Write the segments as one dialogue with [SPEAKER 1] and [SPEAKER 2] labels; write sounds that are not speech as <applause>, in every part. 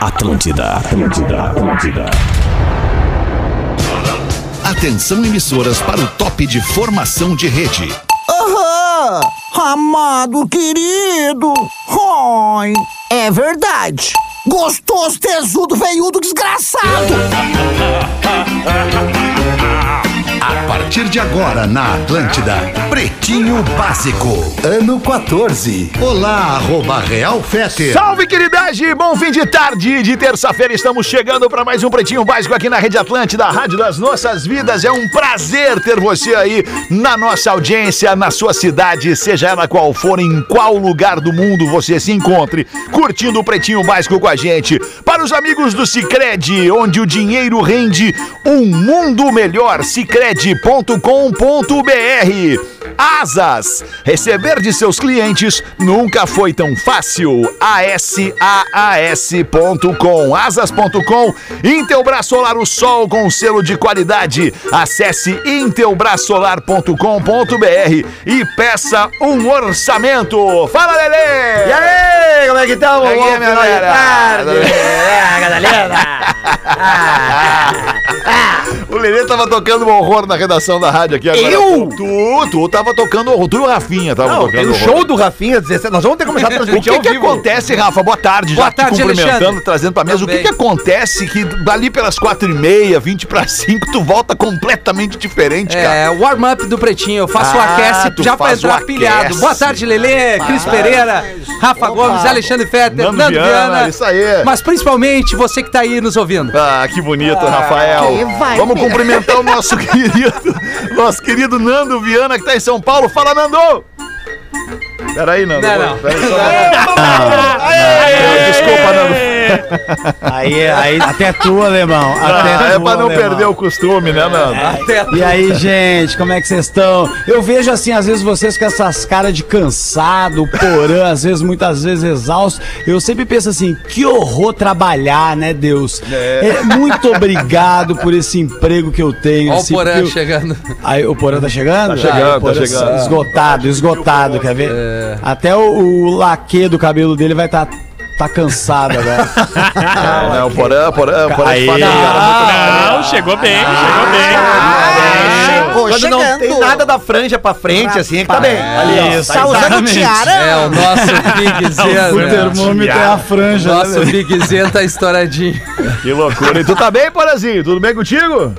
[SPEAKER 1] Atlântida, Atlântida, Atlântida.
[SPEAKER 2] Atenção emissoras para o top de formação de rede.
[SPEAKER 3] Aham! Amado querido! Oi! É verdade! Gostoso, tesudo, veiudo, desgraçado!
[SPEAKER 2] A partir de agora na Atlântida, Pretinho Básico, ano 14. Olá, arroba Real Feter.
[SPEAKER 4] Salve, queridagem! Bom fim de tarde de terça-feira. Estamos chegando para mais um Pretinho Básico aqui na Rede Atlântida, a Rádio das Nossas Vidas. É um prazer ter você aí na nossa audiência, na sua cidade, seja ela qual for, em qual lugar do mundo você se encontre, curtindo o Pretinho Básico com a gente. Para os amigos do Cicred, onde o dinheiro rende um mundo melhor, cicred.com.br. Asas. Receber de seus clientes nunca foi tão fácil. ASAAS.com. Asas.com. Intelbras Solar, o sol com selo de qualidade. Acesse intelbrasolar.com.br e peça um orçamento. Fala, Lelê!
[SPEAKER 5] E aí, como é que tá?
[SPEAKER 4] Como é que é,
[SPEAKER 5] Bom
[SPEAKER 4] minha
[SPEAKER 5] final de
[SPEAKER 4] galera?
[SPEAKER 5] tarde! <laughs> É, Madalena!
[SPEAKER 4] O Lelê tava tocando um horror na redação da rádio aqui agora.
[SPEAKER 5] Eu?
[SPEAKER 4] Tu, tu tava tocando horror. Tu e o Rafinha tava
[SPEAKER 5] Não, tem
[SPEAKER 4] tocando
[SPEAKER 5] o
[SPEAKER 4] horror.
[SPEAKER 5] show do Rafinha 17. Nós vamos ter começado a
[SPEAKER 4] O que,
[SPEAKER 5] transmitir ao
[SPEAKER 4] que
[SPEAKER 5] vivo.
[SPEAKER 4] acontece, Rafa? Boa tarde,
[SPEAKER 6] Boa
[SPEAKER 4] já
[SPEAKER 6] tarde,
[SPEAKER 4] te cumprimentando,
[SPEAKER 6] Alexandre.
[SPEAKER 4] trazendo pra mesa. O que,
[SPEAKER 6] Também.
[SPEAKER 4] que acontece que dali pelas quatro e meia, vinte pra cinco, tu volta completamente diferente, cara?
[SPEAKER 6] É, o warm-up do Pretinho. Eu faço o
[SPEAKER 4] Ah, tu
[SPEAKER 6] aquece já pra
[SPEAKER 4] faz o
[SPEAKER 6] entrar
[SPEAKER 4] aquece.
[SPEAKER 6] pilhado. Boa tarde, Lelê, Cris Pereira, Rafa Gomes, Alexandre Fetter,
[SPEAKER 4] Nando
[SPEAKER 6] Nando
[SPEAKER 4] Viana,
[SPEAKER 6] Viana.
[SPEAKER 4] isso aí.
[SPEAKER 6] Mas principalmente você que tá aí nos ouvindo.
[SPEAKER 4] Ah, que bonito, Rafael.
[SPEAKER 3] que vai
[SPEAKER 4] Vamos
[SPEAKER 3] mesmo.
[SPEAKER 4] cumprimentar o nosso <laughs> querido, nosso querido Nando Viana, que tá em São Paulo. Fala, Nando! Peraí, Nando.
[SPEAKER 6] Não, não.
[SPEAKER 4] Peraí, só- um Ah, Desculpa, Nando.
[SPEAKER 5] Aí, aí, até tu, alemão.
[SPEAKER 4] Ah,
[SPEAKER 5] Até
[SPEAKER 4] é
[SPEAKER 5] tu,
[SPEAKER 4] pra não
[SPEAKER 5] alemão.
[SPEAKER 4] perder o costume, né,
[SPEAKER 6] É.
[SPEAKER 4] Nando?
[SPEAKER 6] Até
[SPEAKER 5] E aí, gente, como é que vocês estão? Eu vejo assim, às vezes vocês com essas caras de cansado, porã, às vezes, muitas vezes exausto. Eu sempre penso assim, que horror trabalhar, né, Deus? É, muito obrigado por esse emprego que eu tenho.
[SPEAKER 6] Ó o
[SPEAKER 5] assim,
[SPEAKER 6] Porã
[SPEAKER 5] porque eu-
[SPEAKER 6] chegando.
[SPEAKER 5] Aí, o Porã tá chegando? Tá
[SPEAKER 4] chegando,
[SPEAKER 5] o Porã
[SPEAKER 4] tá chegando.
[SPEAKER 5] Esgotado, esgotado, quer ver? Até o, o laque do cabelo dele vai tá, tá cansado agora.
[SPEAKER 3] <laughs>
[SPEAKER 4] Ah, não, porã, porã,
[SPEAKER 6] Tá
[SPEAKER 4] porã de né? fato, cara.
[SPEAKER 7] Não, chegou bem, chegou
[SPEAKER 6] Ah, é.
[SPEAKER 7] bem.
[SPEAKER 3] Chegou
[SPEAKER 5] Quando
[SPEAKER 3] chegando.
[SPEAKER 5] não tem nada da franja pra frente, assim, é que tá bem. Ali, ó,
[SPEAKER 3] Tá usando tiara?
[SPEAKER 6] É, o nosso <laughs> Big
[SPEAKER 5] O
[SPEAKER 6] Zen. né?
[SPEAKER 5] termômetro é a franja. né,
[SPEAKER 6] Nosso Big Zen tá estouradinho.
[SPEAKER 4] Que loucura. E tu tá bem, Porazinho? Tudo bem contigo?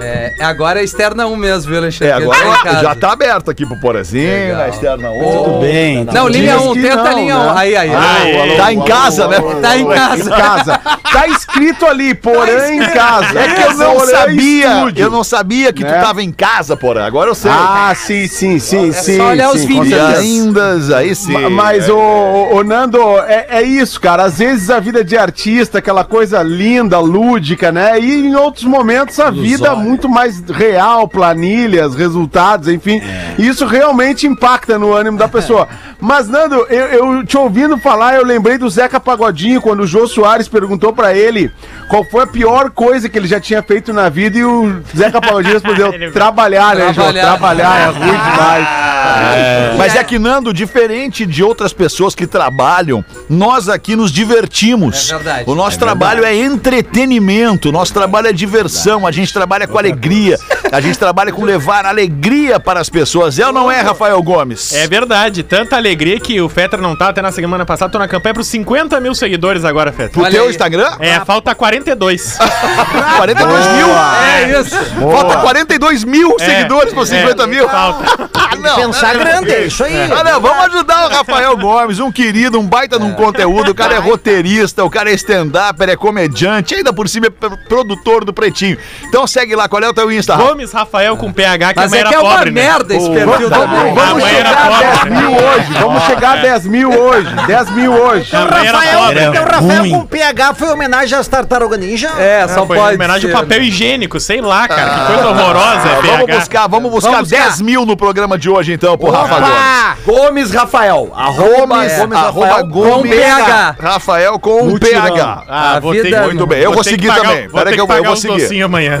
[SPEAKER 6] É, agora é externa 1 mesmo, viu, Alexandre?
[SPEAKER 4] É,
[SPEAKER 6] Porque ele tá em
[SPEAKER 4] agora
[SPEAKER 6] casa.
[SPEAKER 4] já tá aberto aqui pro Porazinho,
[SPEAKER 6] Legal.
[SPEAKER 4] na externa 1.
[SPEAKER 6] Muito
[SPEAKER 5] bem.
[SPEAKER 6] Não, linha
[SPEAKER 5] tá, Diz
[SPEAKER 6] 1,
[SPEAKER 5] que
[SPEAKER 6] tenta a
[SPEAKER 5] não,
[SPEAKER 6] linha 1.
[SPEAKER 5] né?
[SPEAKER 6] Aí, aí. aí.
[SPEAKER 4] Tá em casa, né?
[SPEAKER 6] Tá em casa.
[SPEAKER 4] Tá escrito ali, Porã em casa. É que eu não
[SPEAKER 7] Porã
[SPEAKER 4] sabia.
[SPEAKER 7] estúdio.
[SPEAKER 4] Eu não sabia que tu
[SPEAKER 7] Né?
[SPEAKER 4] tava em casa, Porã. Agora eu sei.
[SPEAKER 7] Ah, sim, sim, sim,
[SPEAKER 6] É só
[SPEAKER 7] sim.
[SPEAKER 6] olhar os
[SPEAKER 7] sim,
[SPEAKER 6] vídeos.
[SPEAKER 7] com
[SPEAKER 4] e
[SPEAKER 7] certeza.
[SPEAKER 4] ainda, aí sim. é,
[SPEAKER 7] Ma- Mas, ô, ô, ô, Nando, é, é isso, cara. Às vezes a vida de artista, aquela coisa linda, lúdica, né? E em outros momentos a vida é muito mais real, planilhas, resultados, enfim. Isso realmente impacta no ânimo da pessoa. Mas, Nando, eu, eu te ouvindo falar, eu lembrei do Zeca Pagodinho, quando o Jô Soares perguntou pra ele qual foi a pior coisa que ele já tinha feito na vida e o Zeca Pagodinho
[SPEAKER 6] <laughs>
[SPEAKER 7] respondeu: trabalhar, né, Jô?
[SPEAKER 6] Trabalhar.
[SPEAKER 7] Trabalhar é ruim demais.
[SPEAKER 6] <laughs>
[SPEAKER 4] Mas é que, Nando, diferente de outras pessoas que trabalham, nós aqui nos divertimos.
[SPEAKER 6] É verdade.
[SPEAKER 4] O nosso trabalho é entretenimento, o nosso trabalho é diversão, a gente trabalha com alegria, a gente trabalha com levar alegria para as pessoas. É ou não é, Rafael Gomes?
[SPEAKER 8] É verdade, tanta alegria que o Fetter não tá até na semana passada, tô na campanha pros 50 mil seguidores agora, Fetter.
[SPEAKER 4] Pro
[SPEAKER 6] Olha
[SPEAKER 4] teu
[SPEAKER 6] aí.
[SPEAKER 4] Instagram?
[SPEAKER 8] É, falta 42.
[SPEAKER 4] 42 mil?
[SPEAKER 6] É isso.
[SPEAKER 4] Falta 42 mil
[SPEAKER 8] É.
[SPEAKER 4] seguidores para
[SPEAKER 8] É,
[SPEAKER 4] 50 mil?
[SPEAKER 8] Falta.
[SPEAKER 4] Ah, não.
[SPEAKER 3] Pensar grande, é isso aí.
[SPEAKER 4] Ah, não, vamos ajudar o Rafael Gomes, um querido, um baita num conteúdo. O cara é roteirista, o cara é stand-up, ele é comediante, ainda por cima é p- produtor do Pretinho. Então segue lá, qual é o teu Insta? Rafa?
[SPEAKER 8] Gomes Rafael com PH, que
[SPEAKER 6] Mas
[SPEAKER 8] a mãe
[SPEAKER 6] é
[SPEAKER 8] era
[SPEAKER 6] que é uma
[SPEAKER 8] pobre, né?
[SPEAKER 6] merda esse perfil
[SPEAKER 7] Vamos-
[SPEAKER 6] também.
[SPEAKER 8] A
[SPEAKER 7] Vamos
[SPEAKER 8] mãe era
[SPEAKER 7] chegar a
[SPEAKER 8] pobre,
[SPEAKER 7] 10 mil hoje. Vamos chegar a 10 mil hoje. 10 mil hoje.
[SPEAKER 8] A mãe era
[SPEAKER 6] é
[SPEAKER 8] pobre. né?
[SPEAKER 3] Rafael, o Então, Rafael
[SPEAKER 5] ruim.
[SPEAKER 3] com PH foi homenagem às tartaruga ninja.
[SPEAKER 6] É, só
[SPEAKER 8] Foi
[SPEAKER 6] pode.
[SPEAKER 8] em homenagem
[SPEAKER 6] ser,
[SPEAKER 8] ao papel
[SPEAKER 6] né? Ah, tá.
[SPEAKER 8] higiênico, sei lá, cara. Que coisa horrorosa é PH.
[SPEAKER 4] Ah, Vamos buscar, vamos buscar
[SPEAKER 6] Vamos buscar.
[SPEAKER 4] 10 mil no programa de hoje, então, pro Rafa Gomes.
[SPEAKER 3] Opa!
[SPEAKER 5] Gomes Rafael. Arroba
[SPEAKER 4] Gomes,
[SPEAKER 5] Gomes
[SPEAKER 4] arroba
[SPEAKER 5] Rafael.
[SPEAKER 4] Gomes,
[SPEAKER 6] é. com PH.
[SPEAKER 4] Rafael com um
[SPEAKER 5] Mutirão.
[SPEAKER 4] PH.
[SPEAKER 8] Ah,
[SPEAKER 6] A
[SPEAKER 8] vou
[SPEAKER 6] vida
[SPEAKER 8] ter que-
[SPEAKER 6] é
[SPEAKER 4] Muito bem, eu vou
[SPEAKER 8] ter
[SPEAKER 4] seguir
[SPEAKER 8] pagar-
[SPEAKER 4] também.
[SPEAKER 8] Vou
[SPEAKER 4] Pera
[SPEAKER 8] ter
[SPEAKER 4] aí que
[SPEAKER 8] que
[SPEAKER 4] eu vou- eu
[SPEAKER 8] pagar
[SPEAKER 4] vou
[SPEAKER 8] os
[SPEAKER 4] seguir.
[SPEAKER 8] docinhos amanhã.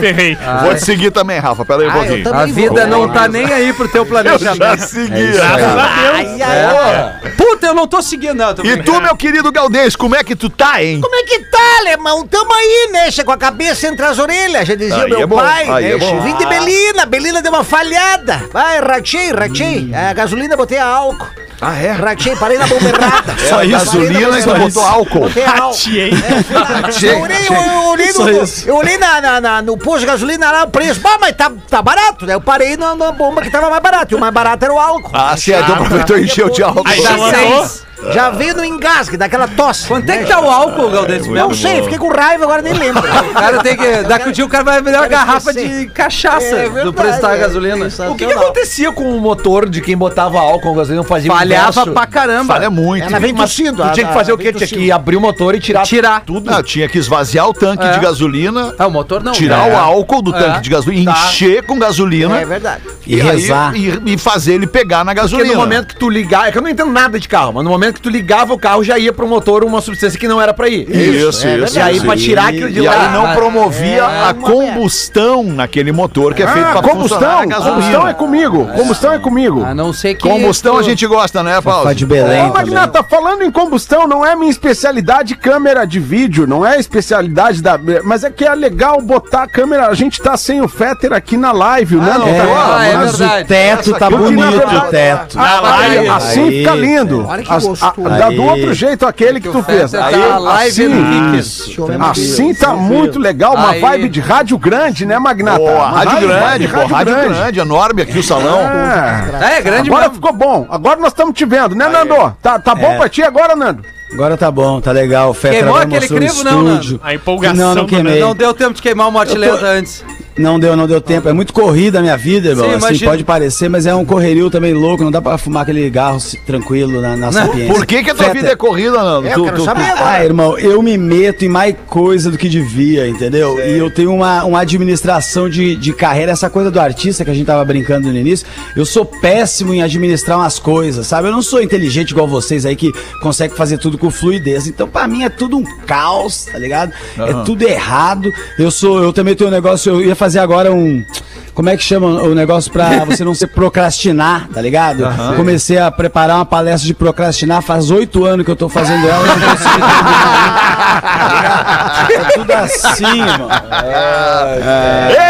[SPEAKER 8] <laughs> Me ferrei.
[SPEAKER 6] Ah,
[SPEAKER 4] Vou te seguir também, Rafa, pera aí um
[SPEAKER 3] Ah, eu
[SPEAKER 4] pouquinho.
[SPEAKER 3] também É
[SPEAKER 6] A
[SPEAKER 3] vou.
[SPEAKER 6] vida não tá nem aí pro teu
[SPEAKER 4] Eu já
[SPEAKER 6] <laughs> planejamento. É.
[SPEAKER 4] segui.
[SPEAKER 6] tá.
[SPEAKER 8] Graças
[SPEAKER 4] cara.
[SPEAKER 8] a Deus.
[SPEAKER 3] Ai, ai, ai.
[SPEAKER 6] Puta eu não tô seguindo, não. tô
[SPEAKER 4] E
[SPEAKER 6] brincando.
[SPEAKER 4] tu, meu querido Galdês, como é que tu tá, hein?
[SPEAKER 3] Como é que tá, alemão? Tamo aí, né? Com a cabeça entre as orelhas, já dizia
[SPEAKER 4] Aí
[SPEAKER 3] meu
[SPEAKER 4] é bom,
[SPEAKER 3] pai.
[SPEAKER 4] aí
[SPEAKER 3] né?
[SPEAKER 4] é bom.
[SPEAKER 9] Ah.
[SPEAKER 3] Vim de Belina, Belina deu uma falhada. Vai, ratei, ratei.
[SPEAKER 9] Hum.
[SPEAKER 3] A gasolina, botei a álcool.
[SPEAKER 4] Ah, é?
[SPEAKER 3] Ratei, parei na bomba
[SPEAKER 5] É,
[SPEAKER 3] errada.
[SPEAKER 9] <laughs>
[SPEAKER 5] tá
[SPEAKER 4] Só
[SPEAKER 3] Parei
[SPEAKER 4] isso,
[SPEAKER 3] na
[SPEAKER 5] né?
[SPEAKER 4] gasolina e
[SPEAKER 7] é
[SPEAKER 3] bomba
[SPEAKER 4] tu
[SPEAKER 3] errada.
[SPEAKER 4] botou álcool. Ah,
[SPEAKER 3] Botei a álcool.
[SPEAKER 8] Tiei.
[SPEAKER 3] Eu olhei, eu, eu olhei, no, eu olhei na, na- na- no posto de gasolina lá o preço. Ah, mas tá, tá barato, né? Eu parei na, na bomba que tava mais barato. E o mais barato era o álcool.
[SPEAKER 4] Ah, você então aproveitou e encheu de álcool.
[SPEAKER 6] Aí dá seis.
[SPEAKER 9] Ah.
[SPEAKER 3] Já veio no engasgue, daquela tosse.
[SPEAKER 6] Quanto é
[SPEAKER 3] né?
[SPEAKER 6] que tá o álcool, Galdês Melo?
[SPEAKER 3] Não sei, fiquei com raiva, agora nem
[SPEAKER 9] <laughs>
[SPEAKER 3] lembro.
[SPEAKER 6] O cara tem que. Daqui um dia o cara vai vender uma
[SPEAKER 3] Quero
[SPEAKER 6] garrafa
[SPEAKER 3] esquecer.
[SPEAKER 6] de cachaça
[SPEAKER 3] É
[SPEAKER 6] do
[SPEAKER 3] verdade,
[SPEAKER 6] preço da
[SPEAKER 3] é
[SPEAKER 6] gasolina.
[SPEAKER 3] sensacional.
[SPEAKER 9] O que, que acontecia com o motor de quem botava álcool, gasolina, fazia
[SPEAKER 5] um
[SPEAKER 6] Falhava
[SPEAKER 9] inverso?
[SPEAKER 6] pra caramba.
[SPEAKER 4] Falha muito.
[SPEAKER 3] Ela É, vem tossindo.
[SPEAKER 9] Tu tinha que fazer o quê? Tinha que abrir o motor e tirar.
[SPEAKER 6] Tirar.
[SPEAKER 4] Tudo. Não, tinha que esvaziar o tanque de gasolina,
[SPEAKER 6] Ah, o motor não.
[SPEAKER 4] tirar
[SPEAKER 6] né?
[SPEAKER 4] o álcool do
[SPEAKER 6] É.
[SPEAKER 4] tanque de gasolina,
[SPEAKER 6] Tá.
[SPEAKER 4] encher com gasolina
[SPEAKER 3] É verdade.
[SPEAKER 4] aí-
[SPEAKER 5] E rezar.
[SPEAKER 4] e, e fazer ele pegar na
[SPEAKER 9] Porque
[SPEAKER 4] gasolina.
[SPEAKER 9] É no momento que tu ligava, é que eu não entendo nada de carro, mas no momento que tu ligava o carro já ia pro motor uma substância que não era pra ir.
[SPEAKER 4] Isso,
[SPEAKER 3] é
[SPEAKER 4] isso.
[SPEAKER 9] E aí
[SPEAKER 4] isso.
[SPEAKER 9] pra tirar aquilo de
[SPEAKER 4] E
[SPEAKER 9] lá.
[SPEAKER 4] aí não promovia
[SPEAKER 3] É
[SPEAKER 4] a
[SPEAKER 3] uma
[SPEAKER 4] combustão naquele motor que é feito
[SPEAKER 7] Ah,
[SPEAKER 4] pra funcionar
[SPEAKER 7] combustão!
[SPEAKER 4] a gasolina. Ah,
[SPEAKER 7] Combustão é comigo! Combustão é comigo!
[SPEAKER 6] A não ser que.
[SPEAKER 4] Combustão a
[SPEAKER 6] tu-
[SPEAKER 4] gente gosta, né, Paulo?
[SPEAKER 5] Faz de Belém.
[SPEAKER 7] Ô, Magnata, falando em combustão, não é minha especialidade câmera de vídeo, não é a especialidade da. Mas é que é legal botar a câmera. A gente tá sem o Fetter aqui na live, né?
[SPEAKER 4] não,
[SPEAKER 7] Não tá
[SPEAKER 4] é,
[SPEAKER 7] com-
[SPEAKER 6] Ah, é
[SPEAKER 5] mas
[SPEAKER 6] verdade.
[SPEAKER 5] o teto tá
[SPEAKER 4] Essa aqui,
[SPEAKER 7] na
[SPEAKER 5] bonito,
[SPEAKER 6] é
[SPEAKER 7] verdade,
[SPEAKER 5] o teto.
[SPEAKER 7] Ah,
[SPEAKER 6] live.
[SPEAKER 7] assim
[SPEAKER 5] Aí,
[SPEAKER 7] fica lindo.
[SPEAKER 4] é.
[SPEAKER 3] Olha que
[SPEAKER 7] As- a-
[SPEAKER 3] gostoso.
[SPEAKER 7] Ah, dá do
[SPEAKER 5] Aí.
[SPEAKER 7] outro jeito aquele que, tu
[SPEAKER 6] o Fetter
[SPEAKER 7] fez.
[SPEAKER 6] tá
[SPEAKER 7] Aí,
[SPEAKER 6] live
[SPEAKER 7] assim,
[SPEAKER 6] no
[SPEAKER 7] isso. assim tá muito legal. Uma
[SPEAKER 6] Aí.
[SPEAKER 7] vibe de rádio grande, né, Magnata?
[SPEAKER 4] Pô,
[SPEAKER 7] Uma
[SPEAKER 4] rádio
[SPEAKER 7] vibe-
[SPEAKER 4] grande, pô, rádio,
[SPEAKER 7] rádio
[SPEAKER 4] grande. enorme aqui o salão.
[SPEAKER 7] É.
[SPEAKER 6] É, grande
[SPEAKER 7] Agora
[SPEAKER 6] mesmo.
[SPEAKER 7] ficou bom. Agora nós estamos te vendo, né, Nando? Tá, tá bom
[SPEAKER 5] É.
[SPEAKER 7] pra ti agora, Nando?
[SPEAKER 5] Agora tá bom, tá legal. O Fetra
[SPEAKER 6] Queimou
[SPEAKER 5] agora
[SPEAKER 6] aquele
[SPEAKER 5] mostrou o
[SPEAKER 6] crivo, não, Nando?
[SPEAKER 5] estúdio.
[SPEAKER 8] A empolgação
[SPEAKER 5] Não, não
[SPEAKER 8] do
[SPEAKER 5] queimei.
[SPEAKER 6] Não deu tempo de queimar o
[SPEAKER 5] Eu
[SPEAKER 6] mote
[SPEAKER 5] tô-
[SPEAKER 9] <laughs>
[SPEAKER 6] lenta antes.
[SPEAKER 5] Não deu, não deu tempo. É muito corrida a minha vida, irmão. assim,
[SPEAKER 6] imagino.
[SPEAKER 5] pode parecer, mas é um correrio também louco. Não dá pra fumar aquele garro se- tranquilo na, na sapiência.
[SPEAKER 4] Por que, que a tua
[SPEAKER 5] Fetter.
[SPEAKER 4] vida é corrida, Nando?
[SPEAKER 3] É, eu
[SPEAKER 4] Tu-
[SPEAKER 3] quero
[SPEAKER 4] tu-
[SPEAKER 3] saber agora.
[SPEAKER 5] Ah, irmão, eu me meto em mais coisa do que devia, entendeu? E eu tenho uma, uma administração de, de carreira, essa coisa do artista que a gente tava brincando no início. Eu sou péssimo em administrar umas coisas, sabe? Eu não sou inteligente igual vocês aí que consegue fazer tudo com fluidez. Então, pra mim, é tudo um caos, tá ligado? É tudo errado. Eu sou, eu também tenho um negócio, eu ia fazer agora um. Como é que chama o negócio pra você não se procrastinar, tá ligado? Comecei a preparar uma palestra de procrastinar, faz oito anos que eu tô fazendo ela, então eu não consegui terminar. ainda. É tudo assim, mano.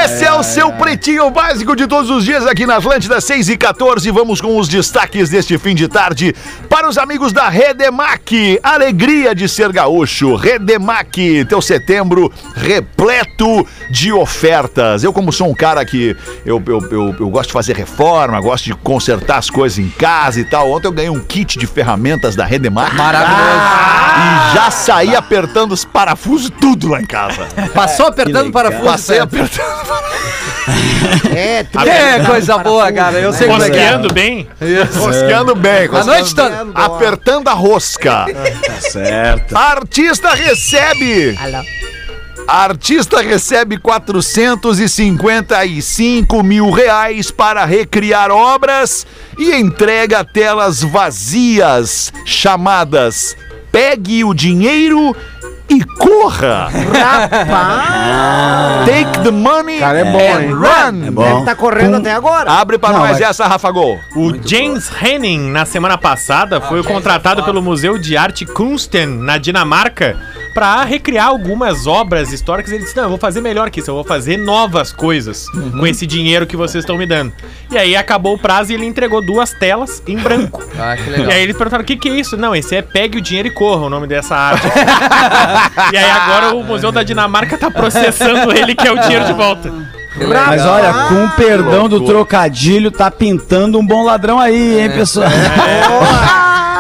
[SPEAKER 4] Esse é o seu pretinho básico de todos os dias aqui na Atlântida, 6 e 14. Vamos com os destaques deste fim de tarde para os amigos da Redemac. Alegria de ser gaúcho. Redemac, teu setembro repleto de ofertas. Eu, como sou um cara que eu, eu, eu, eu gosto de fazer reforma, gosto de consertar as coisas em casa e tal. Ontem eu ganhei um kit de ferramentas da Redemac.
[SPEAKER 6] Maravilhoso.
[SPEAKER 4] E já saí apertando os parafusos tudo lá em casa.
[SPEAKER 6] Passou apertando né? o parafuso.
[SPEAKER 4] Passei
[SPEAKER 6] Fetter.
[SPEAKER 4] apertando.
[SPEAKER 3] É,
[SPEAKER 6] É, coisa boa, cara. Eu sei como é que é.
[SPEAKER 8] Mosqueando bem.
[SPEAKER 4] Rosqueando bem,
[SPEAKER 6] A
[SPEAKER 4] rosqueando
[SPEAKER 6] noite toda.
[SPEAKER 4] bem. Apertando a rosca.
[SPEAKER 5] Certo.
[SPEAKER 4] Artista recebe. Artista recebe 455 mil reais para recriar obras e entrega telas vazias, chamadas Pegue o Dinheiro e Corra. Take the money
[SPEAKER 7] Cara, é bom,
[SPEAKER 4] and
[SPEAKER 7] hein?
[SPEAKER 4] run.
[SPEAKER 5] É
[SPEAKER 3] Deve
[SPEAKER 5] bom.
[SPEAKER 3] tá correndo até agora.
[SPEAKER 4] Abre para
[SPEAKER 5] Não,
[SPEAKER 4] nós
[SPEAKER 5] mas-
[SPEAKER 4] essa, Rafa Gol.
[SPEAKER 8] O James Henning, na semana passada, foi contratado pelo Museu de Arte Kunsten, na Dinamarca, para recriar algumas obras históricas. Ele disse: Não, eu vou fazer melhor que isso, eu vou fazer novas coisas com esse dinheiro que vocês estão me dando. E aí acabou o prazo e ele entregou duas telas em branco.
[SPEAKER 6] Ah, que
[SPEAKER 8] E
[SPEAKER 6] legal.
[SPEAKER 8] aí eles perguntaram: o que, que é isso? Não, esse é Pegue o Dinheiro e Corra, o nome dessa arte. e aí agora o Museu da Dinamarca tá processando ele que é o dinheiro de volta.
[SPEAKER 5] Mas
[SPEAKER 3] Tá
[SPEAKER 5] olha, com o perdão do trocadilho, tá pintando um bom ladrão aí, hein, pessoal?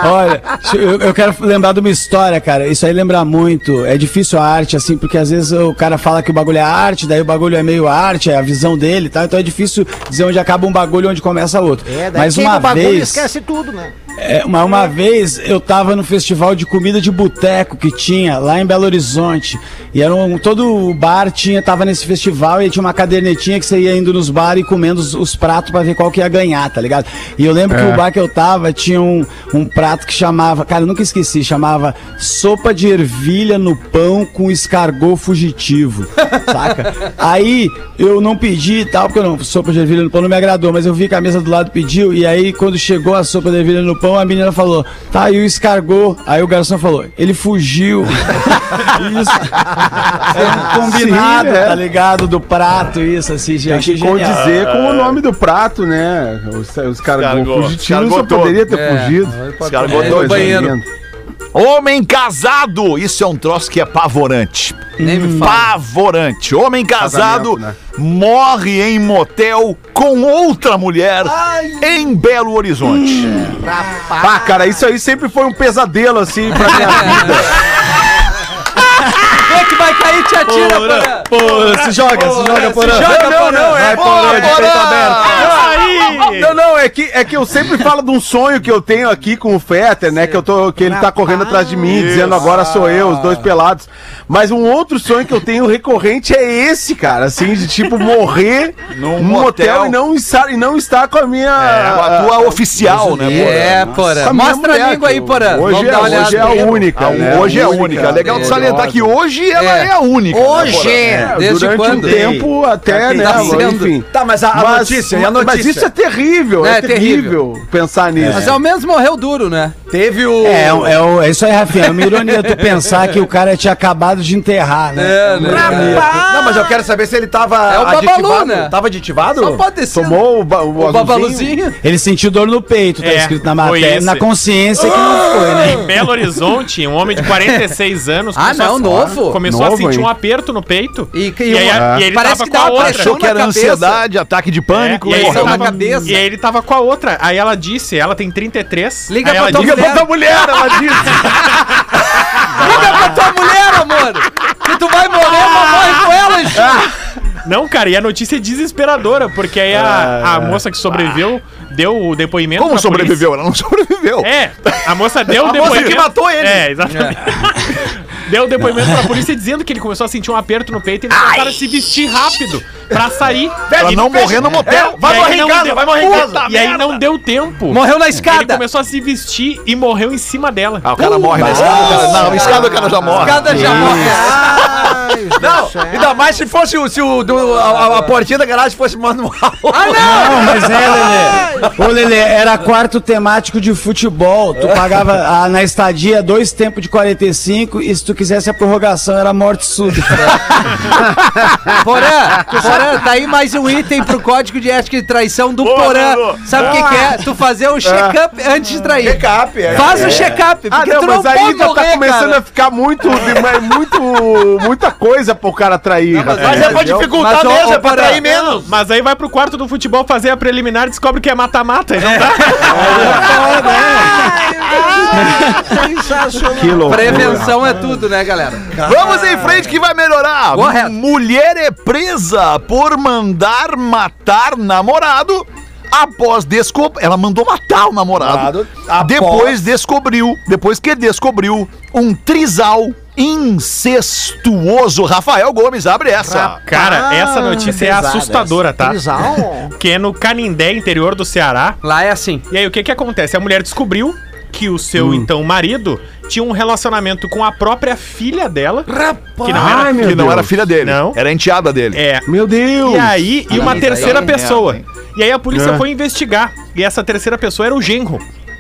[SPEAKER 5] Olha, eu, eu quero lembrar de uma história, cara. Isso aí lembra muito. É difícil a arte, assim, porque às vezes o cara fala que o bagulho é arte, daí o bagulho é meio arte, é a visão dele e tal. Então é difícil dizer onde acaba um bagulho e onde começa outro.
[SPEAKER 3] É, daí
[SPEAKER 5] Mas
[SPEAKER 3] queima
[SPEAKER 5] uma
[SPEAKER 3] o bagulho e
[SPEAKER 5] vez.
[SPEAKER 3] esquece tudo, né?
[SPEAKER 5] É, uma, uma vez eu tava no festival de comida de boteco que tinha lá em Belo Horizonte. E era um, todo o bar tinha, tava nesse festival e tinha uma cadernetinha que você ia indo nos bares e comendo os, os pratos pra ver qual que ia ganhar, tá ligado? E eu lembro que o bar que eu tava tinha um, um prato que chamava, cara, eu nunca esqueci, chamava sopa de ervilha no pão com escargot fugitivo, saca? Aí eu não pedi e tal, porque eu não, sopa de ervilha no pão não me agradou, mas eu vi que a mesa do lado pediu e aí quando chegou a sopa de ervilha no tempão, a menina falou, tá, e o escargot? Aí o garçom falou, ele fugiu. isso. É um combinado,
[SPEAKER 7] Sim, é.
[SPEAKER 5] tá ligado? Do prato, isso, assim, gente.
[SPEAKER 7] Tem que condizer com
[SPEAKER 4] É.
[SPEAKER 7] o nome do prato, né? Os, os caras
[SPEAKER 4] Escargot.
[SPEAKER 7] fugitivos só
[SPEAKER 4] Escargot todo.
[SPEAKER 7] poderia ter
[SPEAKER 6] É.
[SPEAKER 7] fugido. É,
[SPEAKER 4] Escargot
[SPEAKER 7] Coisa
[SPEAKER 4] todo.
[SPEAKER 7] linda.
[SPEAKER 4] Homem casado, isso é um troço que é apavorante.
[SPEAKER 6] Nem me fala.
[SPEAKER 4] Apavorante. Homem casado
[SPEAKER 7] Casamento, né?
[SPEAKER 4] morre em motel com outra mulher em Belo Horizonte.
[SPEAKER 7] Ah, cara, isso aí sempre foi um pesadelo, assim, pra minha
[SPEAKER 6] <laughs>
[SPEAKER 7] vida.
[SPEAKER 6] Vê que vai cair, te atira, porra.
[SPEAKER 5] se joga, se joga, porã.
[SPEAKER 6] Joga, porra.
[SPEAKER 7] é Porã, de peito aberto.
[SPEAKER 8] Aí!
[SPEAKER 7] Não, não, é que, é que eu sempre falo de um sonho que eu tenho aqui com o Fetter, né? Que, eu tô, que ele tá correndo atrás de mim, dizendo agora sou eu, os dois pelados. Mas um outro sonho que eu tenho recorrente é esse, cara, assim, de tipo morrer num motel
[SPEAKER 4] motel.
[SPEAKER 7] e não, estar, e não estar com a minha.
[SPEAKER 4] É, a tua oficial, né,
[SPEAKER 6] É,
[SPEAKER 7] com
[SPEAKER 6] porra.
[SPEAKER 7] a minha
[SPEAKER 6] Mostra a
[SPEAKER 7] mulher,
[SPEAKER 6] língua aí,
[SPEAKER 7] que
[SPEAKER 6] porra.
[SPEAKER 7] Hoje, é, hoje é a única. né?
[SPEAKER 4] Hoje é a única. Legal de salientar que hoje ela é,
[SPEAKER 6] É.
[SPEAKER 4] a única. né,
[SPEAKER 3] Hoje!
[SPEAKER 4] Porã?
[SPEAKER 7] É,
[SPEAKER 6] Desde
[SPEAKER 7] durante
[SPEAKER 6] quando?
[SPEAKER 7] um tempo até, né?
[SPEAKER 6] nascendo.
[SPEAKER 7] Enfim.
[SPEAKER 9] Tá, mas a, a
[SPEAKER 7] Mas-
[SPEAKER 9] notícia, e a
[SPEAKER 7] mas
[SPEAKER 9] notícia?
[SPEAKER 7] isso é terrível, é,
[SPEAKER 6] É,
[SPEAKER 7] terrível,
[SPEAKER 6] terrível.
[SPEAKER 7] pensar nisso.
[SPEAKER 6] Mas é um- ao menos morreu duro, né?
[SPEAKER 9] Teve o...
[SPEAKER 5] É, é, o- é isso aí, Rafinha. É uma ironia tu pensar que o cara tinha acabado de enterrar, né?
[SPEAKER 9] Rapaz! Não, mas eu quero saber se ele tava
[SPEAKER 6] É o Babalu,
[SPEAKER 9] aditivado.
[SPEAKER 6] né?
[SPEAKER 9] Tava aditivado?
[SPEAKER 6] Só pode ter sido.
[SPEAKER 7] Tomou o, ba-
[SPEAKER 6] o
[SPEAKER 7] azulzinho?
[SPEAKER 6] babaluzinho.
[SPEAKER 5] Ele sentiu dor no peito, tá
[SPEAKER 8] É,
[SPEAKER 5] escrito na
[SPEAKER 8] foi
[SPEAKER 5] matéria.
[SPEAKER 8] esse.
[SPEAKER 5] Na consciência que não foi, né?
[SPEAKER 8] Em Belo Horizonte, um homem de 46 anos
[SPEAKER 6] Ah,
[SPEAKER 8] começou
[SPEAKER 6] não,
[SPEAKER 8] a-
[SPEAKER 6] novo.
[SPEAKER 8] começou a
[SPEAKER 7] Novo,
[SPEAKER 8] sentir
[SPEAKER 7] hein?
[SPEAKER 8] um aperto no peito.
[SPEAKER 6] E que-
[SPEAKER 8] aí,
[SPEAKER 6] uma-
[SPEAKER 8] e ele
[SPEAKER 6] parece
[SPEAKER 8] tava
[SPEAKER 6] que
[SPEAKER 8] com a
[SPEAKER 6] dá uma
[SPEAKER 8] outra.
[SPEAKER 6] pressão
[SPEAKER 4] Achou que era
[SPEAKER 6] na cabeça. É,
[SPEAKER 4] ansiedade, ataque de pânico.
[SPEAKER 8] É, e, aí ele
[SPEAKER 6] Correu
[SPEAKER 8] tava,
[SPEAKER 6] na cabeça.
[SPEAKER 8] e aí ele tava com a outra. Aí ela disse, ela tem 33.
[SPEAKER 6] Liga
[SPEAKER 8] aí
[SPEAKER 6] pra
[SPEAKER 8] ela
[SPEAKER 6] tua
[SPEAKER 8] disse,
[SPEAKER 6] mulher.
[SPEAKER 7] Da mulher, ela
[SPEAKER 6] <laughs>
[SPEAKER 7] disse.
[SPEAKER 6] Liga pra tua mulher, amor! Que tu vai morrer,
[SPEAKER 8] Ah!
[SPEAKER 6] mas morre com ela, Ju.
[SPEAKER 8] Não, cara, e a notícia é desesperadora, porque aí
[SPEAKER 6] Ah,
[SPEAKER 8] a, a moça que sobreviveu deu o depoimento.
[SPEAKER 4] Como
[SPEAKER 8] pra
[SPEAKER 4] sobreviveu? Ela não <laughs> sobreviveu.
[SPEAKER 8] polícia. É, a moça deu o
[SPEAKER 4] moça
[SPEAKER 8] depoimento.
[SPEAKER 4] que matou ele.
[SPEAKER 8] É, exatamente. Deu o depoimento pra polícia dizendo que ele começou a sentir um aperto no peito e eles tentaram se vestir rápido pra sair.
[SPEAKER 4] Pra
[SPEAKER 8] E-
[SPEAKER 4] não morrer no motel.
[SPEAKER 8] e
[SPEAKER 4] Vai
[SPEAKER 8] aí
[SPEAKER 4] morrer em
[SPEAKER 8] não
[SPEAKER 4] casa,
[SPEAKER 8] deu-
[SPEAKER 4] vai morrer em
[SPEAKER 8] Puta
[SPEAKER 4] casa.
[SPEAKER 8] E aí não deu tempo.
[SPEAKER 6] Morreu na
[SPEAKER 8] Ele
[SPEAKER 6] escada.
[SPEAKER 8] começou a se vestir e morreu em cima dela.
[SPEAKER 4] Ah, o cara morre na escada. o cara- Não, na escada o cara já morre.
[SPEAKER 6] Cada já morre.
[SPEAKER 9] Não, é
[SPEAKER 7] é.
[SPEAKER 9] ainda mais se fosse o, se o do, a, a- a portinha da garagem fosse manual.
[SPEAKER 7] Ah,
[SPEAKER 5] Não, mas é, Lelê. Ô, Lelê, era quarto temático de futebol. Tu pagava ah, na estadia dois tempos de 45 e se tu quisesse a prorrogação era morte súbita.
[SPEAKER 6] <laughs> Porã, Porã, tá aí mais um item pro código de ética de traição do Porã. Sabe o que, que
[SPEAKER 7] Ah!
[SPEAKER 6] é? Tu fazer o check-up antes de trair.
[SPEAKER 9] Check-up, é.
[SPEAKER 6] Faz o check-up,
[SPEAKER 7] Ah,
[SPEAKER 6] porque
[SPEAKER 7] não,
[SPEAKER 6] tu não
[SPEAKER 7] mas aí
[SPEAKER 6] pode
[SPEAKER 7] já
[SPEAKER 6] morrer,
[SPEAKER 7] tá começando
[SPEAKER 6] cara.
[SPEAKER 7] a ficar muito, de- muito, muita coisa pro cara trair.
[SPEAKER 6] mas
[SPEAKER 8] é,
[SPEAKER 7] rapaz,
[SPEAKER 6] olha,
[SPEAKER 7] entendeu?
[SPEAKER 6] Mas,
[SPEAKER 9] dificultar
[SPEAKER 6] ó, ó, Porã,
[SPEAKER 8] Não, mas aí vai pro quarto do futebol fazer a preliminar e descobre que é mata-mata. e não dá.
[SPEAKER 7] Que loucura.
[SPEAKER 6] Prevenção é tudo, né, galera?
[SPEAKER 4] Vamos em frente que vai melhorar.
[SPEAKER 6] Correto.
[SPEAKER 4] Mulher é presa por mandar matar namorado após descobrir. Ela mandou matar o namorado. Depois descobriu, depois que descobriu um trisal incestuoso. Rafael Gomes, abre essa.
[SPEAKER 8] Cara, essa notícia é assustadora, tá?
[SPEAKER 3] Trisal?
[SPEAKER 8] <laughs> Que é no Canindé, interior do Ceará.
[SPEAKER 6] Lá é assim.
[SPEAKER 8] E aí, o que que acontece? A mulher descobriu que o seu, então, marido tinha um relacionamento com a própria filha dela. Rapaz! Que não era...
[SPEAKER 7] Ai, meu
[SPEAKER 4] que não
[SPEAKER 7] Deus.
[SPEAKER 4] era filha dele,
[SPEAKER 8] Não.
[SPEAKER 4] era enteada dele.
[SPEAKER 8] É.
[SPEAKER 7] Meu Deus.
[SPEAKER 8] E aí, e uma
[SPEAKER 6] Aí,
[SPEAKER 8] terceira
[SPEAKER 6] aí,
[SPEAKER 8] pessoa.
[SPEAKER 4] merda,
[SPEAKER 8] e aí a polícia
[SPEAKER 7] É.
[SPEAKER 8] foi investigar. E essa terceira pessoa era o genro.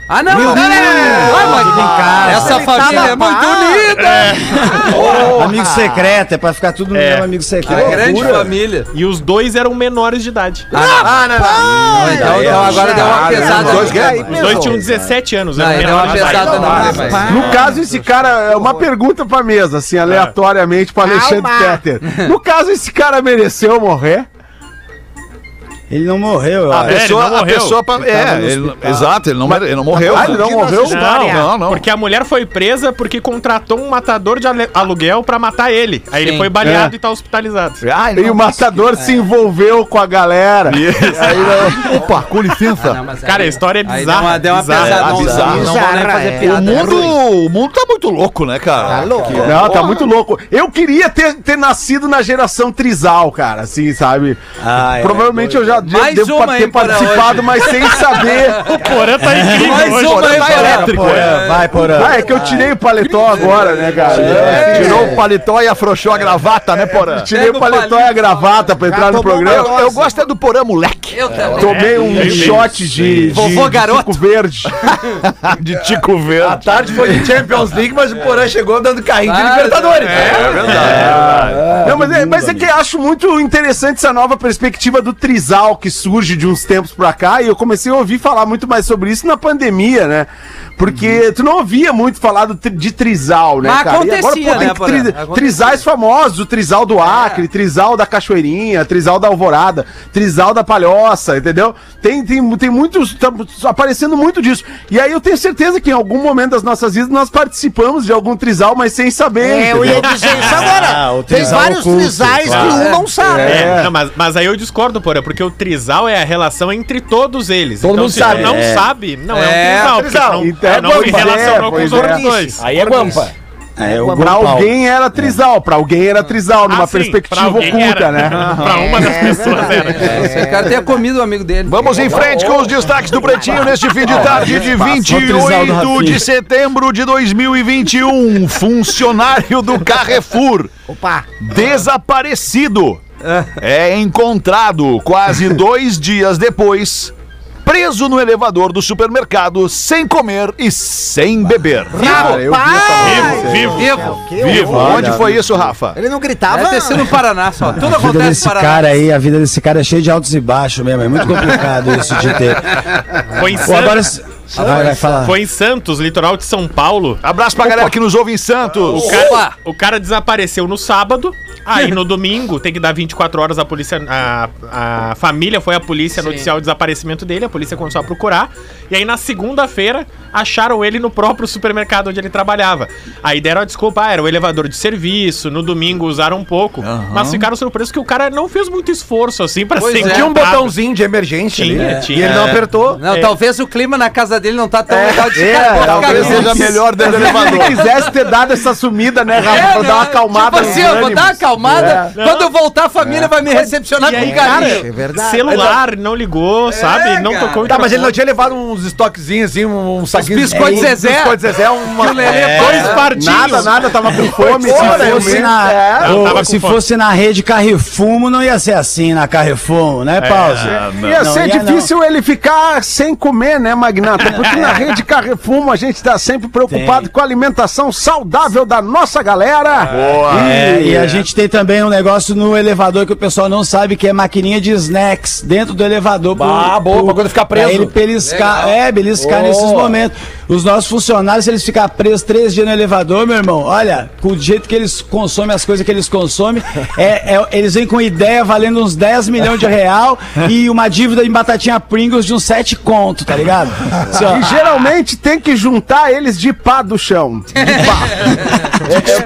[SPEAKER 6] Ah, não, não, não, não, não, não, não, não. Essa família é muito unida.
[SPEAKER 5] amigo secreto, é pra ficar tudo no
[SPEAKER 8] É.
[SPEAKER 5] mesmo amigo
[SPEAKER 6] É
[SPEAKER 5] secreto.
[SPEAKER 6] grande família.
[SPEAKER 8] E os dois eram menores de idade.
[SPEAKER 6] Ah, não, não, não. Então, então agora deu uma pesada.
[SPEAKER 7] Os dois
[SPEAKER 6] aqui. né?
[SPEAKER 7] ganham.
[SPEAKER 8] Os né? dois tinham 17 anos.
[SPEAKER 6] Não,
[SPEAKER 8] eram
[SPEAKER 6] ele deu uma
[SPEAKER 8] menores de idade.
[SPEAKER 6] pesada não, né, mas-
[SPEAKER 7] No caso, esse cara, é uma pergunta pra mesa, assim, aleatoriamente, pra Alexandre
[SPEAKER 3] Calma.
[SPEAKER 7] Petter. No caso, esse cara mereceu morrer.
[SPEAKER 5] é, Ele não morreu, eu
[SPEAKER 4] A
[SPEAKER 5] acho.
[SPEAKER 8] ele não
[SPEAKER 4] pessoa, a
[SPEAKER 8] morreu.
[SPEAKER 4] pessoa pra-
[SPEAKER 5] tava no
[SPEAKER 4] é, ele-
[SPEAKER 5] hospital.
[SPEAKER 4] exato, ele não, ele não morreu.
[SPEAKER 7] Ah, ele
[SPEAKER 4] <laughs>
[SPEAKER 7] não morreu?
[SPEAKER 8] Não,
[SPEAKER 4] não,
[SPEAKER 8] não,
[SPEAKER 4] não.
[SPEAKER 8] Porque a mulher foi presa porque contratou um matador de ale- aluguel pra matar ele. Aí ele
[SPEAKER 6] Sim.
[SPEAKER 8] foi baleado
[SPEAKER 7] É.
[SPEAKER 8] e tá hospitalizado.
[SPEAKER 4] Ah, ele
[SPEAKER 7] E o
[SPEAKER 4] não-
[SPEAKER 7] matador se envolveu com a galera.
[SPEAKER 4] Opa, com licença.
[SPEAKER 6] Não, mas aí-
[SPEAKER 8] Cara, a história é
[SPEAKER 6] Aí deu
[SPEAKER 8] bizarra.
[SPEAKER 6] uma, deu uma
[SPEAKER 8] bizarra.
[SPEAKER 6] pesada.
[SPEAKER 4] bizarra.
[SPEAKER 6] Não vou nem fazer
[SPEAKER 4] O
[SPEAKER 6] piada. é <laughs> ruim.
[SPEAKER 4] mundo, o mundo tá muito louco, né, cara? Tá louco.
[SPEAKER 7] Não, tá muito louco. Eu queria ter, ter nascido na geração Trisal, cara, assim, sabe?
[SPEAKER 5] Ah, é,
[SPEAKER 7] Provavelmente eu já participado, de,
[SPEAKER 6] Mais
[SPEAKER 7] devo
[SPEAKER 6] uma,
[SPEAKER 7] ter
[SPEAKER 6] hein, para
[SPEAKER 7] participado, mas sem saber.
[SPEAKER 8] Porã tá incrível
[SPEAKER 6] Mais
[SPEAKER 8] hoje.
[SPEAKER 6] uma aí,
[SPEAKER 8] Porã tá
[SPEAKER 6] Porã.
[SPEAKER 8] elétrico.
[SPEAKER 5] Porã, vai, Porã.
[SPEAKER 7] Ah, é que eu tirei o paletó agora, né, cara? É,
[SPEAKER 4] Tirou o paletó e afrouxou a gravata, né, Porã?
[SPEAKER 7] Tirei
[SPEAKER 6] Pega
[SPEAKER 7] o
[SPEAKER 6] o
[SPEAKER 7] paletó e a
[SPEAKER 6] palito.
[SPEAKER 7] gravata pra entrar
[SPEAKER 3] tomou
[SPEAKER 7] no programa.
[SPEAKER 4] Eu, eu gosto é do Porã, moleque.
[SPEAKER 6] Eu também.
[SPEAKER 7] Tomei um
[SPEAKER 8] É, eu
[SPEAKER 7] shot de, de,
[SPEAKER 6] Vovô
[SPEAKER 7] de
[SPEAKER 6] garoto.
[SPEAKER 7] suco verde.
[SPEAKER 4] <laughs> De Tico Verde.
[SPEAKER 9] A tarde foi de Champions League, mas o Porã chegou dando carrinho de
[SPEAKER 6] Ah,
[SPEAKER 9] Libertadores.
[SPEAKER 7] Não, mas, é, mas é que eu acho muito interessante essa nova perspectiva do trisal que surge de uns tempos pra cá e eu comecei a ouvir falar muito mais sobre isso na pandemia, né? Porque tu não ouvia muito falar do tri- de trisal, né,
[SPEAKER 6] Uhum. Mas
[SPEAKER 7] E agora,
[SPEAKER 6] acontecia, né,
[SPEAKER 7] pô, tem
[SPEAKER 6] Porã?
[SPEAKER 7] tri-
[SPEAKER 6] Acontecia. É.
[SPEAKER 7] trisais famosos, o trisal do Acre, trisal da Cachoeirinha, trisal da Alvorada, trisal da Palhoça, entendeu? Tem, tem, tem muitos, tá aparecendo muito disso. E aí eu tenho certeza que em algum momento das nossas vidas nós participamos de algum trisal, mas sem saber,
[SPEAKER 3] É, eu
[SPEAKER 7] entendeu?
[SPEAKER 3] ia dizer
[SPEAKER 9] <laughs>
[SPEAKER 3] isso agora.
[SPEAKER 5] Ah, o
[SPEAKER 3] Tem
[SPEAKER 5] trisal
[SPEAKER 3] vários
[SPEAKER 5] oculto,
[SPEAKER 3] trisais que um não sabe.
[SPEAKER 8] É, não, mas, mas aí eu discordo, porra, porque o trisal é a relação entre todos eles. Então,
[SPEAKER 9] Todo mundo
[SPEAKER 8] se
[SPEAKER 9] sabe.
[SPEAKER 8] não
[SPEAKER 9] É.
[SPEAKER 8] sabe, não é,
[SPEAKER 6] É,
[SPEAKER 8] um trisal. porque
[SPEAKER 7] Então,
[SPEAKER 8] senão- não,
[SPEAKER 7] pois
[SPEAKER 8] se
[SPEAKER 7] é,
[SPEAKER 8] relacionou com os
[SPEAKER 7] pois é.
[SPEAKER 8] outros dois.
[SPEAKER 9] Aí é guampa.
[SPEAKER 5] É, o
[SPEAKER 7] Pra
[SPEAKER 5] grupal.
[SPEAKER 7] alguém era trisal, pra alguém era trisal, numa
[SPEAKER 8] Ah, sim,
[SPEAKER 7] perspectiva
[SPEAKER 8] pra alguém
[SPEAKER 7] oculta,
[SPEAKER 8] era. <laughs>
[SPEAKER 7] né?
[SPEAKER 8] pra uma das pessoas era.
[SPEAKER 6] Esse cara tenha comido o amigo dele.
[SPEAKER 4] Vamos em frente com os destaques do Pretinho neste fim de tarde de
[SPEAKER 5] Trisal do
[SPEAKER 4] 28
[SPEAKER 5] Rafinha.
[SPEAKER 4] de setembro de 2021. Funcionário do Carrefour
[SPEAKER 3] Opa.
[SPEAKER 4] desaparecido é encontrado quase dois dias depois preso no elevador do supermercado sem comer e sem beber.
[SPEAKER 7] Cara, eu vi essa
[SPEAKER 8] Vivo,
[SPEAKER 3] Rapaz!
[SPEAKER 8] vivo.
[SPEAKER 6] Vivo.
[SPEAKER 3] Que
[SPEAKER 4] Vivo.
[SPEAKER 3] horror.
[SPEAKER 4] Onde foi isso, Rafa?
[SPEAKER 3] Ele não gritava.
[SPEAKER 6] Deve ter sido no Paraná só. Tudo
[SPEAKER 5] A vida
[SPEAKER 6] acontece
[SPEAKER 5] desse
[SPEAKER 6] no Paraná.
[SPEAKER 5] cara aí, a vida desse cara é cheia de altos e baixos mesmo.
[SPEAKER 7] <laughs>
[SPEAKER 5] É muito complicado isso de ter.
[SPEAKER 8] Foi em,
[SPEAKER 5] Pô,
[SPEAKER 8] San-
[SPEAKER 5] agora. se- Vai, vai falar.
[SPEAKER 8] foi em Santos, litoral de São Paulo.
[SPEAKER 4] Abraço pra galera que nos ouve em Santos.
[SPEAKER 8] O cara, o cara desapareceu no sábado, aí no domingo tem que dar 24 horas a polícia. A, a família foi à polícia noticiar o desaparecimento dele, a polícia começou a procurar. E aí na segunda-feira acharam ele no próprio supermercado onde ele trabalhava. Aí deram a desculpa, ah, era o elevador de serviço, no domingo usaram um pouco, mas ficaram surpresos que o cara não fez muito esforço assim pra
[SPEAKER 6] Pois
[SPEAKER 8] ser.
[SPEAKER 6] é.
[SPEAKER 8] encontrado.
[SPEAKER 9] Tinha um botãozinho de emergência ali,
[SPEAKER 8] Tinha,
[SPEAKER 9] né?
[SPEAKER 8] tinha.
[SPEAKER 9] E ele não
[SPEAKER 8] É.
[SPEAKER 9] apertou.
[SPEAKER 6] Não,
[SPEAKER 8] É.
[SPEAKER 6] talvez o clima na casa dele não tá tão legal de
[SPEAKER 7] É,
[SPEAKER 6] ficar.
[SPEAKER 7] talvez
[SPEAKER 6] ficar-
[SPEAKER 7] seja melhor dentro do elevador. Se ele quisesse ter dado essa sumida, né, Rafa,
[SPEAKER 6] É,
[SPEAKER 7] pra dar uma
[SPEAKER 6] né?
[SPEAKER 7] acalmada
[SPEAKER 6] Tipo assim,
[SPEAKER 7] nos
[SPEAKER 6] eu vou dar uma
[SPEAKER 7] ânimos.
[SPEAKER 6] acalmada. Quando eu voltar, a família vai me recepcionar
[SPEAKER 8] E aí,
[SPEAKER 6] com carinho.
[SPEAKER 3] É verdade.
[SPEAKER 8] Celular, não ligou, sabe? Não
[SPEAKER 6] cara.
[SPEAKER 7] É.
[SPEAKER 8] tocou o
[SPEAKER 9] Tá, mas ele
[SPEAKER 8] microfone.
[SPEAKER 9] não tinha levado uns estoquezinhos, assim,
[SPEAKER 7] um,
[SPEAKER 9] uns saquinhos.
[SPEAKER 6] biscoitos
[SPEAKER 9] uns
[SPEAKER 6] Zezé.
[SPEAKER 9] Biscoitos Zezé, uma...
[SPEAKER 6] Que o Lelê
[SPEAKER 9] É.
[SPEAKER 8] Dois partidos.
[SPEAKER 7] Nada, nada, tava com fome.
[SPEAKER 5] Se
[SPEAKER 7] esse
[SPEAKER 5] fosse,
[SPEAKER 7] momento.
[SPEAKER 5] na,
[SPEAKER 7] É.
[SPEAKER 8] Eu
[SPEAKER 5] ou
[SPEAKER 8] tava com
[SPEAKER 5] se
[SPEAKER 8] fome.
[SPEAKER 5] fosse na rede Carrefumo, não ia ser assim na Carrefumo,
[SPEAKER 7] É,
[SPEAKER 5] né, Pause?
[SPEAKER 7] Ia
[SPEAKER 5] Não,
[SPEAKER 7] ser
[SPEAKER 5] ia
[SPEAKER 7] difícil ele ficar sem comer, né,
[SPEAKER 9] <laughs>
[SPEAKER 7] Magnata? Porque
[SPEAKER 9] É.
[SPEAKER 7] na rede Carrefumo a gente tá sempre preocupado
[SPEAKER 5] Tem.
[SPEAKER 7] com a alimentação saudável da nossa galera. Boa!
[SPEAKER 9] Ah,
[SPEAKER 5] É, e a gente tem também um negócio no elevador que o pessoal não sabe, que é maquininha de snacks dentro do elevador.
[SPEAKER 9] Ah, boa, pra quando ficar preso.
[SPEAKER 5] Pra ele beliscar,
[SPEAKER 6] Legal.
[SPEAKER 5] é, beliscar
[SPEAKER 9] Boa.
[SPEAKER 5] nesses momentos. Os nossos funcionários, se eles ficar presos três dias no elevador, meu irmão, olha, com o jeito que eles consomem, as coisas que eles consomem, <laughs> é, é- eles vêm com ideia valendo uns 10 milhões de real e uma dívida em batatinha Pringles de uns 7 conto, tá ligado? Assim, ó,
[SPEAKER 7] E geralmente tem que juntar eles de pá É,
[SPEAKER 9] <laughs>
[SPEAKER 7] do chão.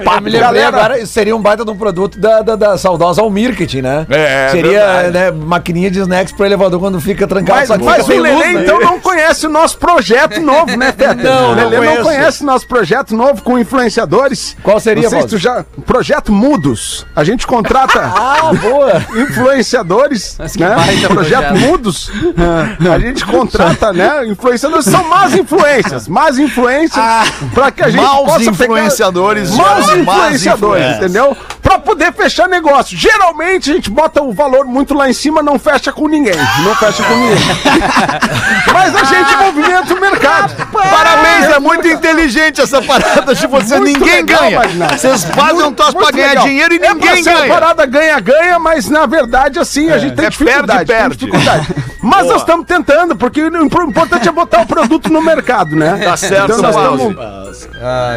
[SPEAKER 9] Eu me lembrei agora, isso seria um baita de um produto da, da, da saudosa Almirket, né?
[SPEAKER 4] É,
[SPEAKER 9] Seria
[SPEAKER 4] verdade.
[SPEAKER 9] né, maquininha de snacks pro elevador <laughs> quando fica trancado.
[SPEAKER 7] Mas,
[SPEAKER 9] só que
[SPEAKER 7] mas
[SPEAKER 9] fica
[SPEAKER 7] o
[SPEAKER 9] sem luz,
[SPEAKER 7] Lelê,
[SPEAKER 9] né?
[SPEAKER 7] então, não conhece o nosso projeto
[SPEAKER 9] <laughs>
[SPEAKER 7] novo, né, Teta?
[SPEAKER 9] Não,
[SPEAKER 7] o Lelê
[SPEAKER 9] não
[SPEAKER 7] não
[SPEAKER 9] conheço.
[SPEAKER 7] conhece o nosso projeto novo com influenciadores.
[SPEAKER 9] Qual seria,
[SPEAKER 7] Não sei se
[SPEAKER 9] Bob?
[SPEAKER 7] tu já... Projeto Mudos. A
[SPEAKER 4] <laughs>
[SPEAKER 7] gente contrata
[SPEAKER 9] Ah, boa!
[SPEAKER 7] influenciadores,
[SPEAKER 6] Mas que
[SPEAKER 7] né?
[SPEAKER 6] baita
[SPEAKER 7] Projeto
[SPEAKER 4] <laughs>
[SPEAKER 6] projeto.
[SPEAKER 7] Mudos.
[SPEAKER 4] Ah,
[SPEAKER 7] A gente contrata, né, influenciadores. São más influências. Más influências pra que a gente
[SPEAKER 4] Ah, Maus
[SPEAKER 7] possa pegar...
[SPEAKER 4] influenciadores.
[SPEAKER 7] Maus
[SPEAKER 4] geram
[SPEAKER 7] influenciadores,
[SPEAKER 4] influências.
[SPEAKER 7] entendeu? Pra poder fechar negócio. Geralmente a gente bota o valor muito lá em cima, não fecha com ninguém. Não fecha
[SPEAKER 4] <laughs>
[SPEAKER 7] com ninguém. Mas a gente movimenta o mercado.
[SPEAKER 4] Parabéns, é muito inteligente essa parada de vocês.
[SPEAKER 7] Muito
[SPEAKER 4] Ninguém
[SPEAKER 7] legal,
[SPEAKER 4] ganha.
[SPEAKER 7] Magnata.
[SPEAKER 4] Vocês fazem um
[SPEAKER 7] É Muito-
[SPEAKER 4] troço pra
[SPEAKER 7] muito
[SPEAKER 4] ganhar
[SPEAKER 7] legal.
[SPEAKER 4] dinheiro e
[SPEAKER 7] É pra
[SPEAKER 4] ninguém
[SPEAKER 7] ser uma
[SPEAKER 4] ganha.
[SPEAKER 7] parada ganha-ganha, mas na verdade, assim, a gente tem
[SPEAKER 4] É,
[SPEAKER 7] dificuldade.
[SPEAKER 4] perde,
[SPEAKER 7] tem
[SPEAKER 4] perde.
[SPEAKER 7] dificuldade. Mas nós estamos tentando, porque o impo- importante é botar o produto no mercado, né?
[SPEAKER 4] Tá certo,
[SPEAKER 7] então nós
[SPEAKER 4] Pause.
[SPEAKER 7] tamo-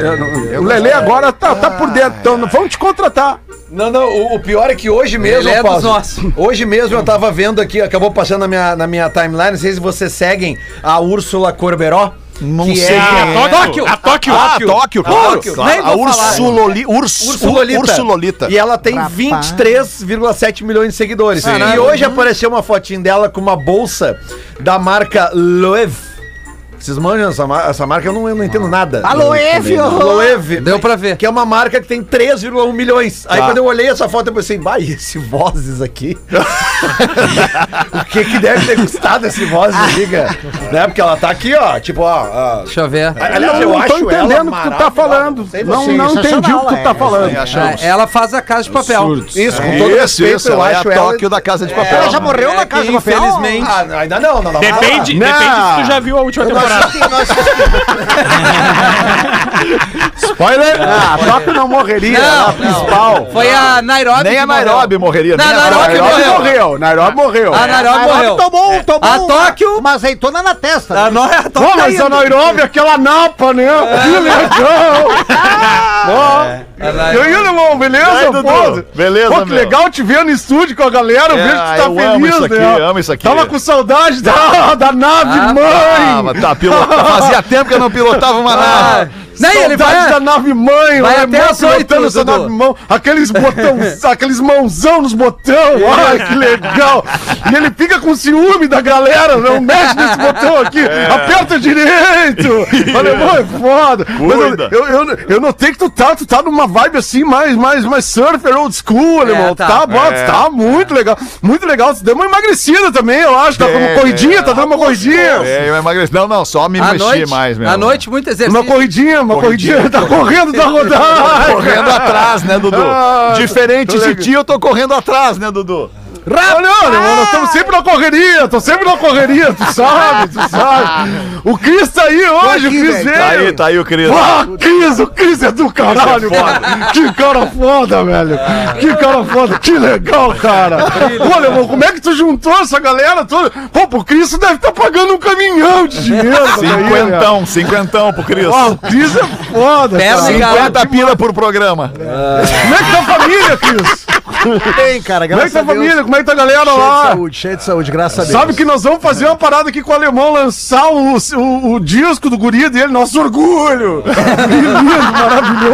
[SPEAKER 7] Eu não- O Lelê agora tá, tá por dentro, então vamos te contratar.
[SPEAKER 9] Não, não, o, o pior é que hoje mesmo.
[SPEAKER 6] Ele é dos
[SPEAKER 9] Fausto,
[SPEAKER 6] nossos.
[SPEAKER 9] Hoje mesmo eu tava vendo aqui, acabou passando na minha, na minha timeline, não sei se vocês seguem a Úrsula Corberó. Não que
[SPEAKER 4] sei.
[SPEAKER 9] É
[SPEAKER 8] Ah,
[SPEAKER 9] a,
[SPEAKER 8] a Tóquio. A Tóquio.
[SPEAKER 4] Ah, Tóquio, claro.
[SPEAKER 9] Tóquio.
[SPEAKER 4] Claro,
[SPEAKER 9] Nem
[SPEAKER 4] A
[SPEAKER 9] vou falar.
[SPEAKER 4] Ursuloli, urs,
[SPEAKER 9] Ursulolita.
[SPEAKER 4] Ursulolita.
[SPEAKER 7] é
[SPEAKER 9] E ela tem 23,7 milhões de seguidores. E hoje apareceu uma fotinha dela com uma bolsa da marca Loewe. Vocês manjam essa, mar- essa marca? Eu não, eu não entendo nada.
[SPEAKER 3] Alô, Evio!
[SPEAKER 9] Loewe.
[SPEAKER 6] Deu pra ver.
[SPEAKER 9] Que é uma marca que tem 3,1 milhões.
[SPEAKER 7] Tá.
[SPEAKER 9] Aí quando eu olhei essa foto, eu pensei, vai, esse Vozes
[SPEAKER 7] <laughs>
[SPEAKER 9] aqui. o que que deve ter custado esse Vozes, diga? né? Porque ela tá aqui, ó, tipo, ó. ó.
[SPEAKER 6] Deixa eu ver.
[SPEAKER 9] Aliás,
[SPEAKER 7] Eu não tô entendendo o que tu tá
[SPEAKER 9] maravilhosa.
[SPEAKER 7] falando.
[SPEAKER 9] sei
[SPEAKER 7] Não,
[SPEAKER 9] você.
[SPEAKER 7] não entendi o que tu
[SPEAKER 3] sensacional,
[SPEAKER 7] tá
[SPEAKER 3] é.
[SPEAKER 7] falando.
[SPEAKER 6] É, ela faz a casa de papel.
[SPEAKER 9] Isso, com todo
[SPEAKER 4] Isso,
[SPEAKER 9] respeito,
[SPEAKER 4] isso,
[SPEAKER 9] eu
[SPEAKER 4] ela é a
[SPEAKER 9] acho ela...
[SPEAKER 4] Tóquio da Casa de Papel.
[SPEAKER 3] Ela já morreu na
[SPEAKER 6] É
[SPEAKER 3] casa
[SPEAKER 6] que,
[SPEAKER 3] do papel?
[SPEAKER 6] Infelizmente.
[SPEAKER 9] Ah, ainda não, não, não.
[SPEAKER 8] Depende,
[SPEAKER 4] Não.
[SPEAKER 8] depende se tu já viu a última temporada.
[SPEAKER 4] Spoiler!
[SPEAKER 7] Ah, a Tóquio não morreria,
[SPEAKER 6] Não,
[SPEAKER 7] ela é a principal.
[SPEAKER 6] Foi a Nairobi.
[SPEAKER 4] Nem
[SPEAKER 6] que
[SPEAKER 4] a Nairobi
[SPEAKER 6] morreu.
[SPEAKER 4] morreria.
[SPEAKER 6] Não,
[SPEAKER 4] nem a
[SPEAKER 6] Nairobi
[SPEAKER 7] Nairobi
[SPEAKER 6] morreu.
[SPEAKER 7] morreu, Nairobi morreu.
[SPEAKER 6] A
[SPEAKER 3] A
[SPEAKER 6] Nairobi
[SPEAKER 3] Nairobi
[SPEAKER 6] morreu. É,
[SPEAKER 3] tomou, tomou um.
[SPEAKER 6] A
[SPEAKER 3] uma-
[SPEAKER 6] Tóquio-
[SPEAKER 3] uma azeitona na testa.
[SPEAKER 6] A Nor- a
[SPEAKER 7] Pô,
[SPEAKER 6] Tóquio
[SPEAKER 7] mas
[SPEAKER 6] ainda.
[SPEAKER 7] a Nairobi, é aquela napa, né? Que legal! Pô, e aí, Limão, beleza?
[SPEAKER 4] Aí,
[SPEAKER 7] Pô,
[SPEAKER 4] Dudu? Beleza,
[SPEAKER 7] Pô, que
[SPEAKER 4] meu?
[SPEAKER 7] legal te ver no estúdio com a galera, eu
[SPEAKER 4] É,
[SPEAKER 7] vejo que tu
[SPEAKER 4] eu
[SPEAKER 7] tá
[SPEAKER 4] amo
[SPEAKER 7] feliz,
[SPEAKER 4] isso aqui,
[SPEAKER 7] né?
[SPEAKER 4] amo isso aqui.
[SPEAKER 7] Tava com
[SPEAKER 4] <laughs>
[SPEAKER 7] saudade da, da nave,
[SPEAKER 4] Ah,
[SPEAKER 7] mãe!
[SPEAKER 4] mas tá, pilota- Fazia tempo que eu não pilotava uma
[SPEAKER 6] <laughs> Ah,
[SPEAKER 4] nave.
[SPEAKER 6] Não, ele
[SPEAKER 7] Saudade
[SPEAKER 6] vai. é?
[SPEAKER 7] da nave mãe,
[SPEAKER 6] vai
[SPEAKER 7] o
[SPEAKER 6] até
[SPEAKER 7] alemão
[SPEAKER 6] as oito,
[SPEAKER 7] pilotando essa
[SPEAKER 6] Dudu.
[SPEAKER 7] nave mão, aqueles
[SPEAKER 6] <laughs>
[SPEAKER 7] botão, aqueles mãozão nos
[SPEAKER 6] É.
[SPEAKER 7] botão, ai que legal. E ele fica com ciúme da galera, não mexe nesse botão aqui, aperta direito. O alemão é foda.
[SPEAKER 4] Cuida.
[SPEAKER 7] Mas eu, eu, eu, eu notei que tu tá, tu tá numa vibe assim, mais, mais, mais surfer old school, alemão.
[SPEAKER 6] tá.
[SPEAKER 7] tá. bom, tu tá muito legal, muito legal. Tu deu uma emagrecida também, eu acho, tá dando uma
[SPEAKER 4] É,
[SPEAKER 7] corridinha, tá dando uma corridinha.
[SPEAKER 4] É, eu emagreci. Não, não, só me
[SPEAKER 6] À
[SPEAKER 4] mexi
[SPEAKER 6] noite,
[SPEAKER 4] mais mesmo.
[SPEAKER 6] à noite, muito
[SPEAKER 7] Uma
[SPEAKER 6] exercício.
[SPEAKER 7] corridinha, uma corridinha, tá correndo da rodada.
[SPEAKER 4] Correndo atrás, né, <laughs> Dudu?
[SPEAKER 7] Ah,
[SPEAKER 4] Diferente
[SPEAKER 7] tô
[SPEAKER 4] de
[SPEAKER 7] legal.
[SPEAKER 4] ti, eu tô correndo Ah! atrás, né, Dudu?
[SPEAKER 7] Olha, olha, mano, nós estamos sempre na correria, tô sempre na correria, tu sabe,
[SPEAKER 4] <laughs>
[SPEAKER 7] tu sabe. O Cris tá aí hoje, o Cris veio.
[SPEAKER 4] Tá aí, tá aí o querido.
[SPEAKER 7] Ah, Cris, o Cris é do caralho, cara. Que cara foda, velho. Que cara foda, que legal, cara.
[SPEAKER 4] Tá né?
[SPEAKER 7] Olha, irmão, como é que tu juntou essa galera toda? Pô, pro Cris tu deve estar pagando um caminhão de dinheiro. Cinquentão.
[SPEAKER 4] Cinquentão, cinquentão pro Cris.
[SPEAKER 7] Ó, o Cris é foda,
[SPEAKER 6] Pega,
[SPEAKER 7] cara.
[SPEAKER 6] cara.
[SPEAKER 4] 50 pila por programa.
[SPEAKER 7] Como é que tá a família, Cris?
[SPEAKER 3] Tem, cara,
[SPEAKER 7] Como é que tá a família? Como é que tá a galera
[SPEAKER 3] Cheio de
[SPEAKER 7] lá?
[SPEAKER 3] saúde, cheio de saúde, graças a Deus.
[SPEAKER 7] Sabe que nós vamos fazer uma parada aqui com o alemão, lançar o, o, o disco do guri dele, nosso orgulho! <laughs> lindo, maravilhoso!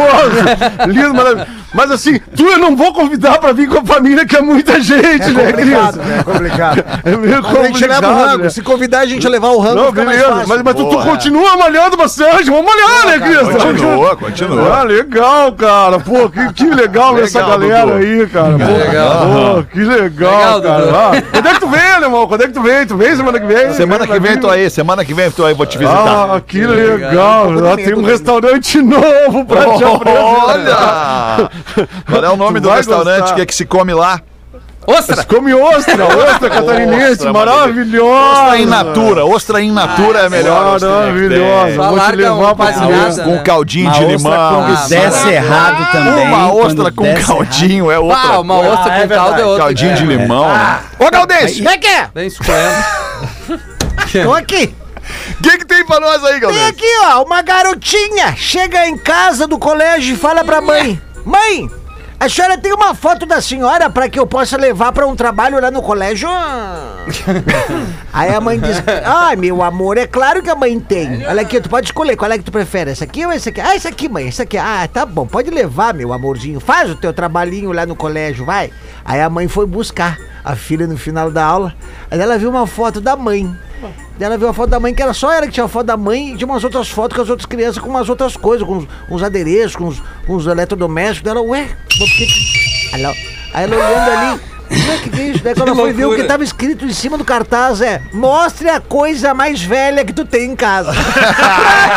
[SPEAKER 7] Lindo, maravilhoso! Mas assim, tu eu não vou convidar pra vir com a família, que é muita gente, né,
[SPEAKER 3] Complicado,
[SPEAKER 7] Cris?
[SPEAKER 3] né? Complicado.
[SPEAKER 7] <laughs> É meio
[SPEAKER 3] A gente leva o
[SPEAKER 7] complicado.
[SPEAKER 3] rango.
[SPEAKER 7] né?
[SPEAKER 3] Se convidar a gente a levar o rango,
[SPEAKER 7] Não,
[SPEAKER 3] fica mais
[SPEAKER 7] beleza,
[SPEAKER 3] fácil.
[SPEAKER 7] mas, mas tu, tu continua malhando bastante, vamos malhar, né, Cris?
[SPEAKER 4] Continua, continua.
[SPEAKER 7] Ah, legal, cara. Pô, que, que legal, ver essa
[SPEAKER 4] Legal,
[SPEAKER 7] galera
[SPEAKER 4] Dudu.
[SPEAKER 7] aí, cara. Pô, pô, que legal,
[SPEAKER 6] Legal, Dudu.
[SPEAKER 7] cara. Ah, quando é que tu vem, alemão? Quando é que tu vem? Tu vem semana que vem?
[SPEAKER 4] Semana que vem tô aí, semana que vem tô aí, vou te visitar.
[SPEAKER 7] Ah, que legal.
[SPEAKER 3] Tô com
[SPEAKER 7] Lá
[SPEAKER 3] medo,
[SPEAKER 7] tem um
[SPEAKER 3] né?
[SPEAKER 7] restaurante novo pra te apresentar.
[SPEAKER 4] Olha! Qual é o nome
[SPEAKER 7] Tu
[SPEAKER 4] do
[SPEAKER 7] vai
[SPEAKER 4] restaurante?
[SPEAKER 7] gostar.
[SPEAKER 4] O que é que se come lá?
[SPEAKER 6] Ostra.
[SPEAKER 7] Come ostra, ostra catarinense,
[SPEAKER 4] Ostra,
[SPEAKER 7] maravilhosa.
[SPEAKER 4] Ostra in natura. Ostra in natura é a melhor. ostra que tem.
[SPEAKER 7] Maravilhosa.
[SPEAKER 6] Só
[SPEAKER 7] Vou te
[SPEAKER 6] larga
[SPEAKER 7] levar pra
[SPEAKER 6] um pazinho.
[SPEAKER 7] comer.
[SPEAKER 6] Nada,
[SPEAKER 4] Com
[SPEAKER 6] né?
[SPEAKER 4] caldinho de limão.
[SPEAKER 6] Ah,
[SPEAKER 5] der cerrado também.
[SPEAKER 4] Uma ostra
[SPEAKER 5] quando
[SPEAKER 4] com
[SPEAKER 5] der cerrado.
[SPEAKER 4] caldinho é outra.
[SPEAKER 6] Ah, uma
[SPEAKER 4] coisa.
[SPEAKER 6] ostra com caldo é outra.
[SPEAKER 4] Caldinho de
[SPEAKER 6] É.
[SPEAKER 4] limão. Ô, Galdêncio,
[SPEAKER 3] Como é que é?
[SPEAKER 6] Bem suculento.
[SPEAKER 3] Tô aqui.
[SPEAKER 4] o que, que tem pra nós aí,
[SPEAKER 3] Tem
[SPEAKER 4] Galdêncio?
[SPEAKER 3] aqui, ó, uma garotinha chega em casa do colégio e fala pra mãe: Mãe, a senhora tem uma foto da senhora pra que eu possa levar pra um trabalho lá no colégio? Aí a mãe diz: Ai, meu amor, é claro que a mãe tem. Olha aqui, tu pode escolher qual é que tu prefere, essa aqui ou essa aqui? Ah, essa aqui, mãe, essa aqui. Ah, tá bom, pode levar, meu amorzinho. Faz o teu trabalhinho lá no colégio, vai. Aí a mãe foi buscar a filha no final da aula. Aí ela viu uma foto da mãe. Daí Ela viu a foto da mãe, que era só ela que tinha a foto da mãe e tinha umas outras fotos com as outras crianças, com umas outras coisas, com uns, uns adereços, com uns, uns eletrodomésticos. Daí Ela, ué, mas por que que-" Aí ela, aí ela olhando ali, ué, que que é isso? Daí quando ela foi ver o que
[SPEAKER 6] loucura.
[SPEAKER 3] tava escrito em cima do cartaz é: mostre a coisa mais velha que tu tem em casa.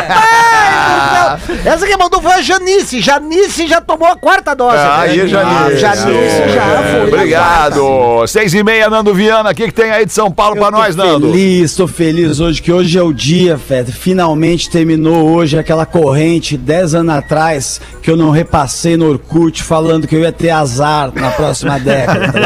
[SPEAKER 3] Rapaz do céu! Essa que mandou foi a Janice. Janice já tomou a quarta dose.
[SPEAKER 4] Aí, Janice. É,
[SPEAKER 3] Ah, Janice já foi.
[SPEAKER 4] Obrigado. Seis e meia, Nando Viana. O que, que tem aí de São Paulo pra nós, Nando?
[SPEAKER 5] Feliz, tô feliz hoje, que hoje é o dia, Feta. Finalmente terminou hoje aquela corrente 10 anos atrás que eu não repassei no Orkut falando que eu ia ter azar na próxima década. tá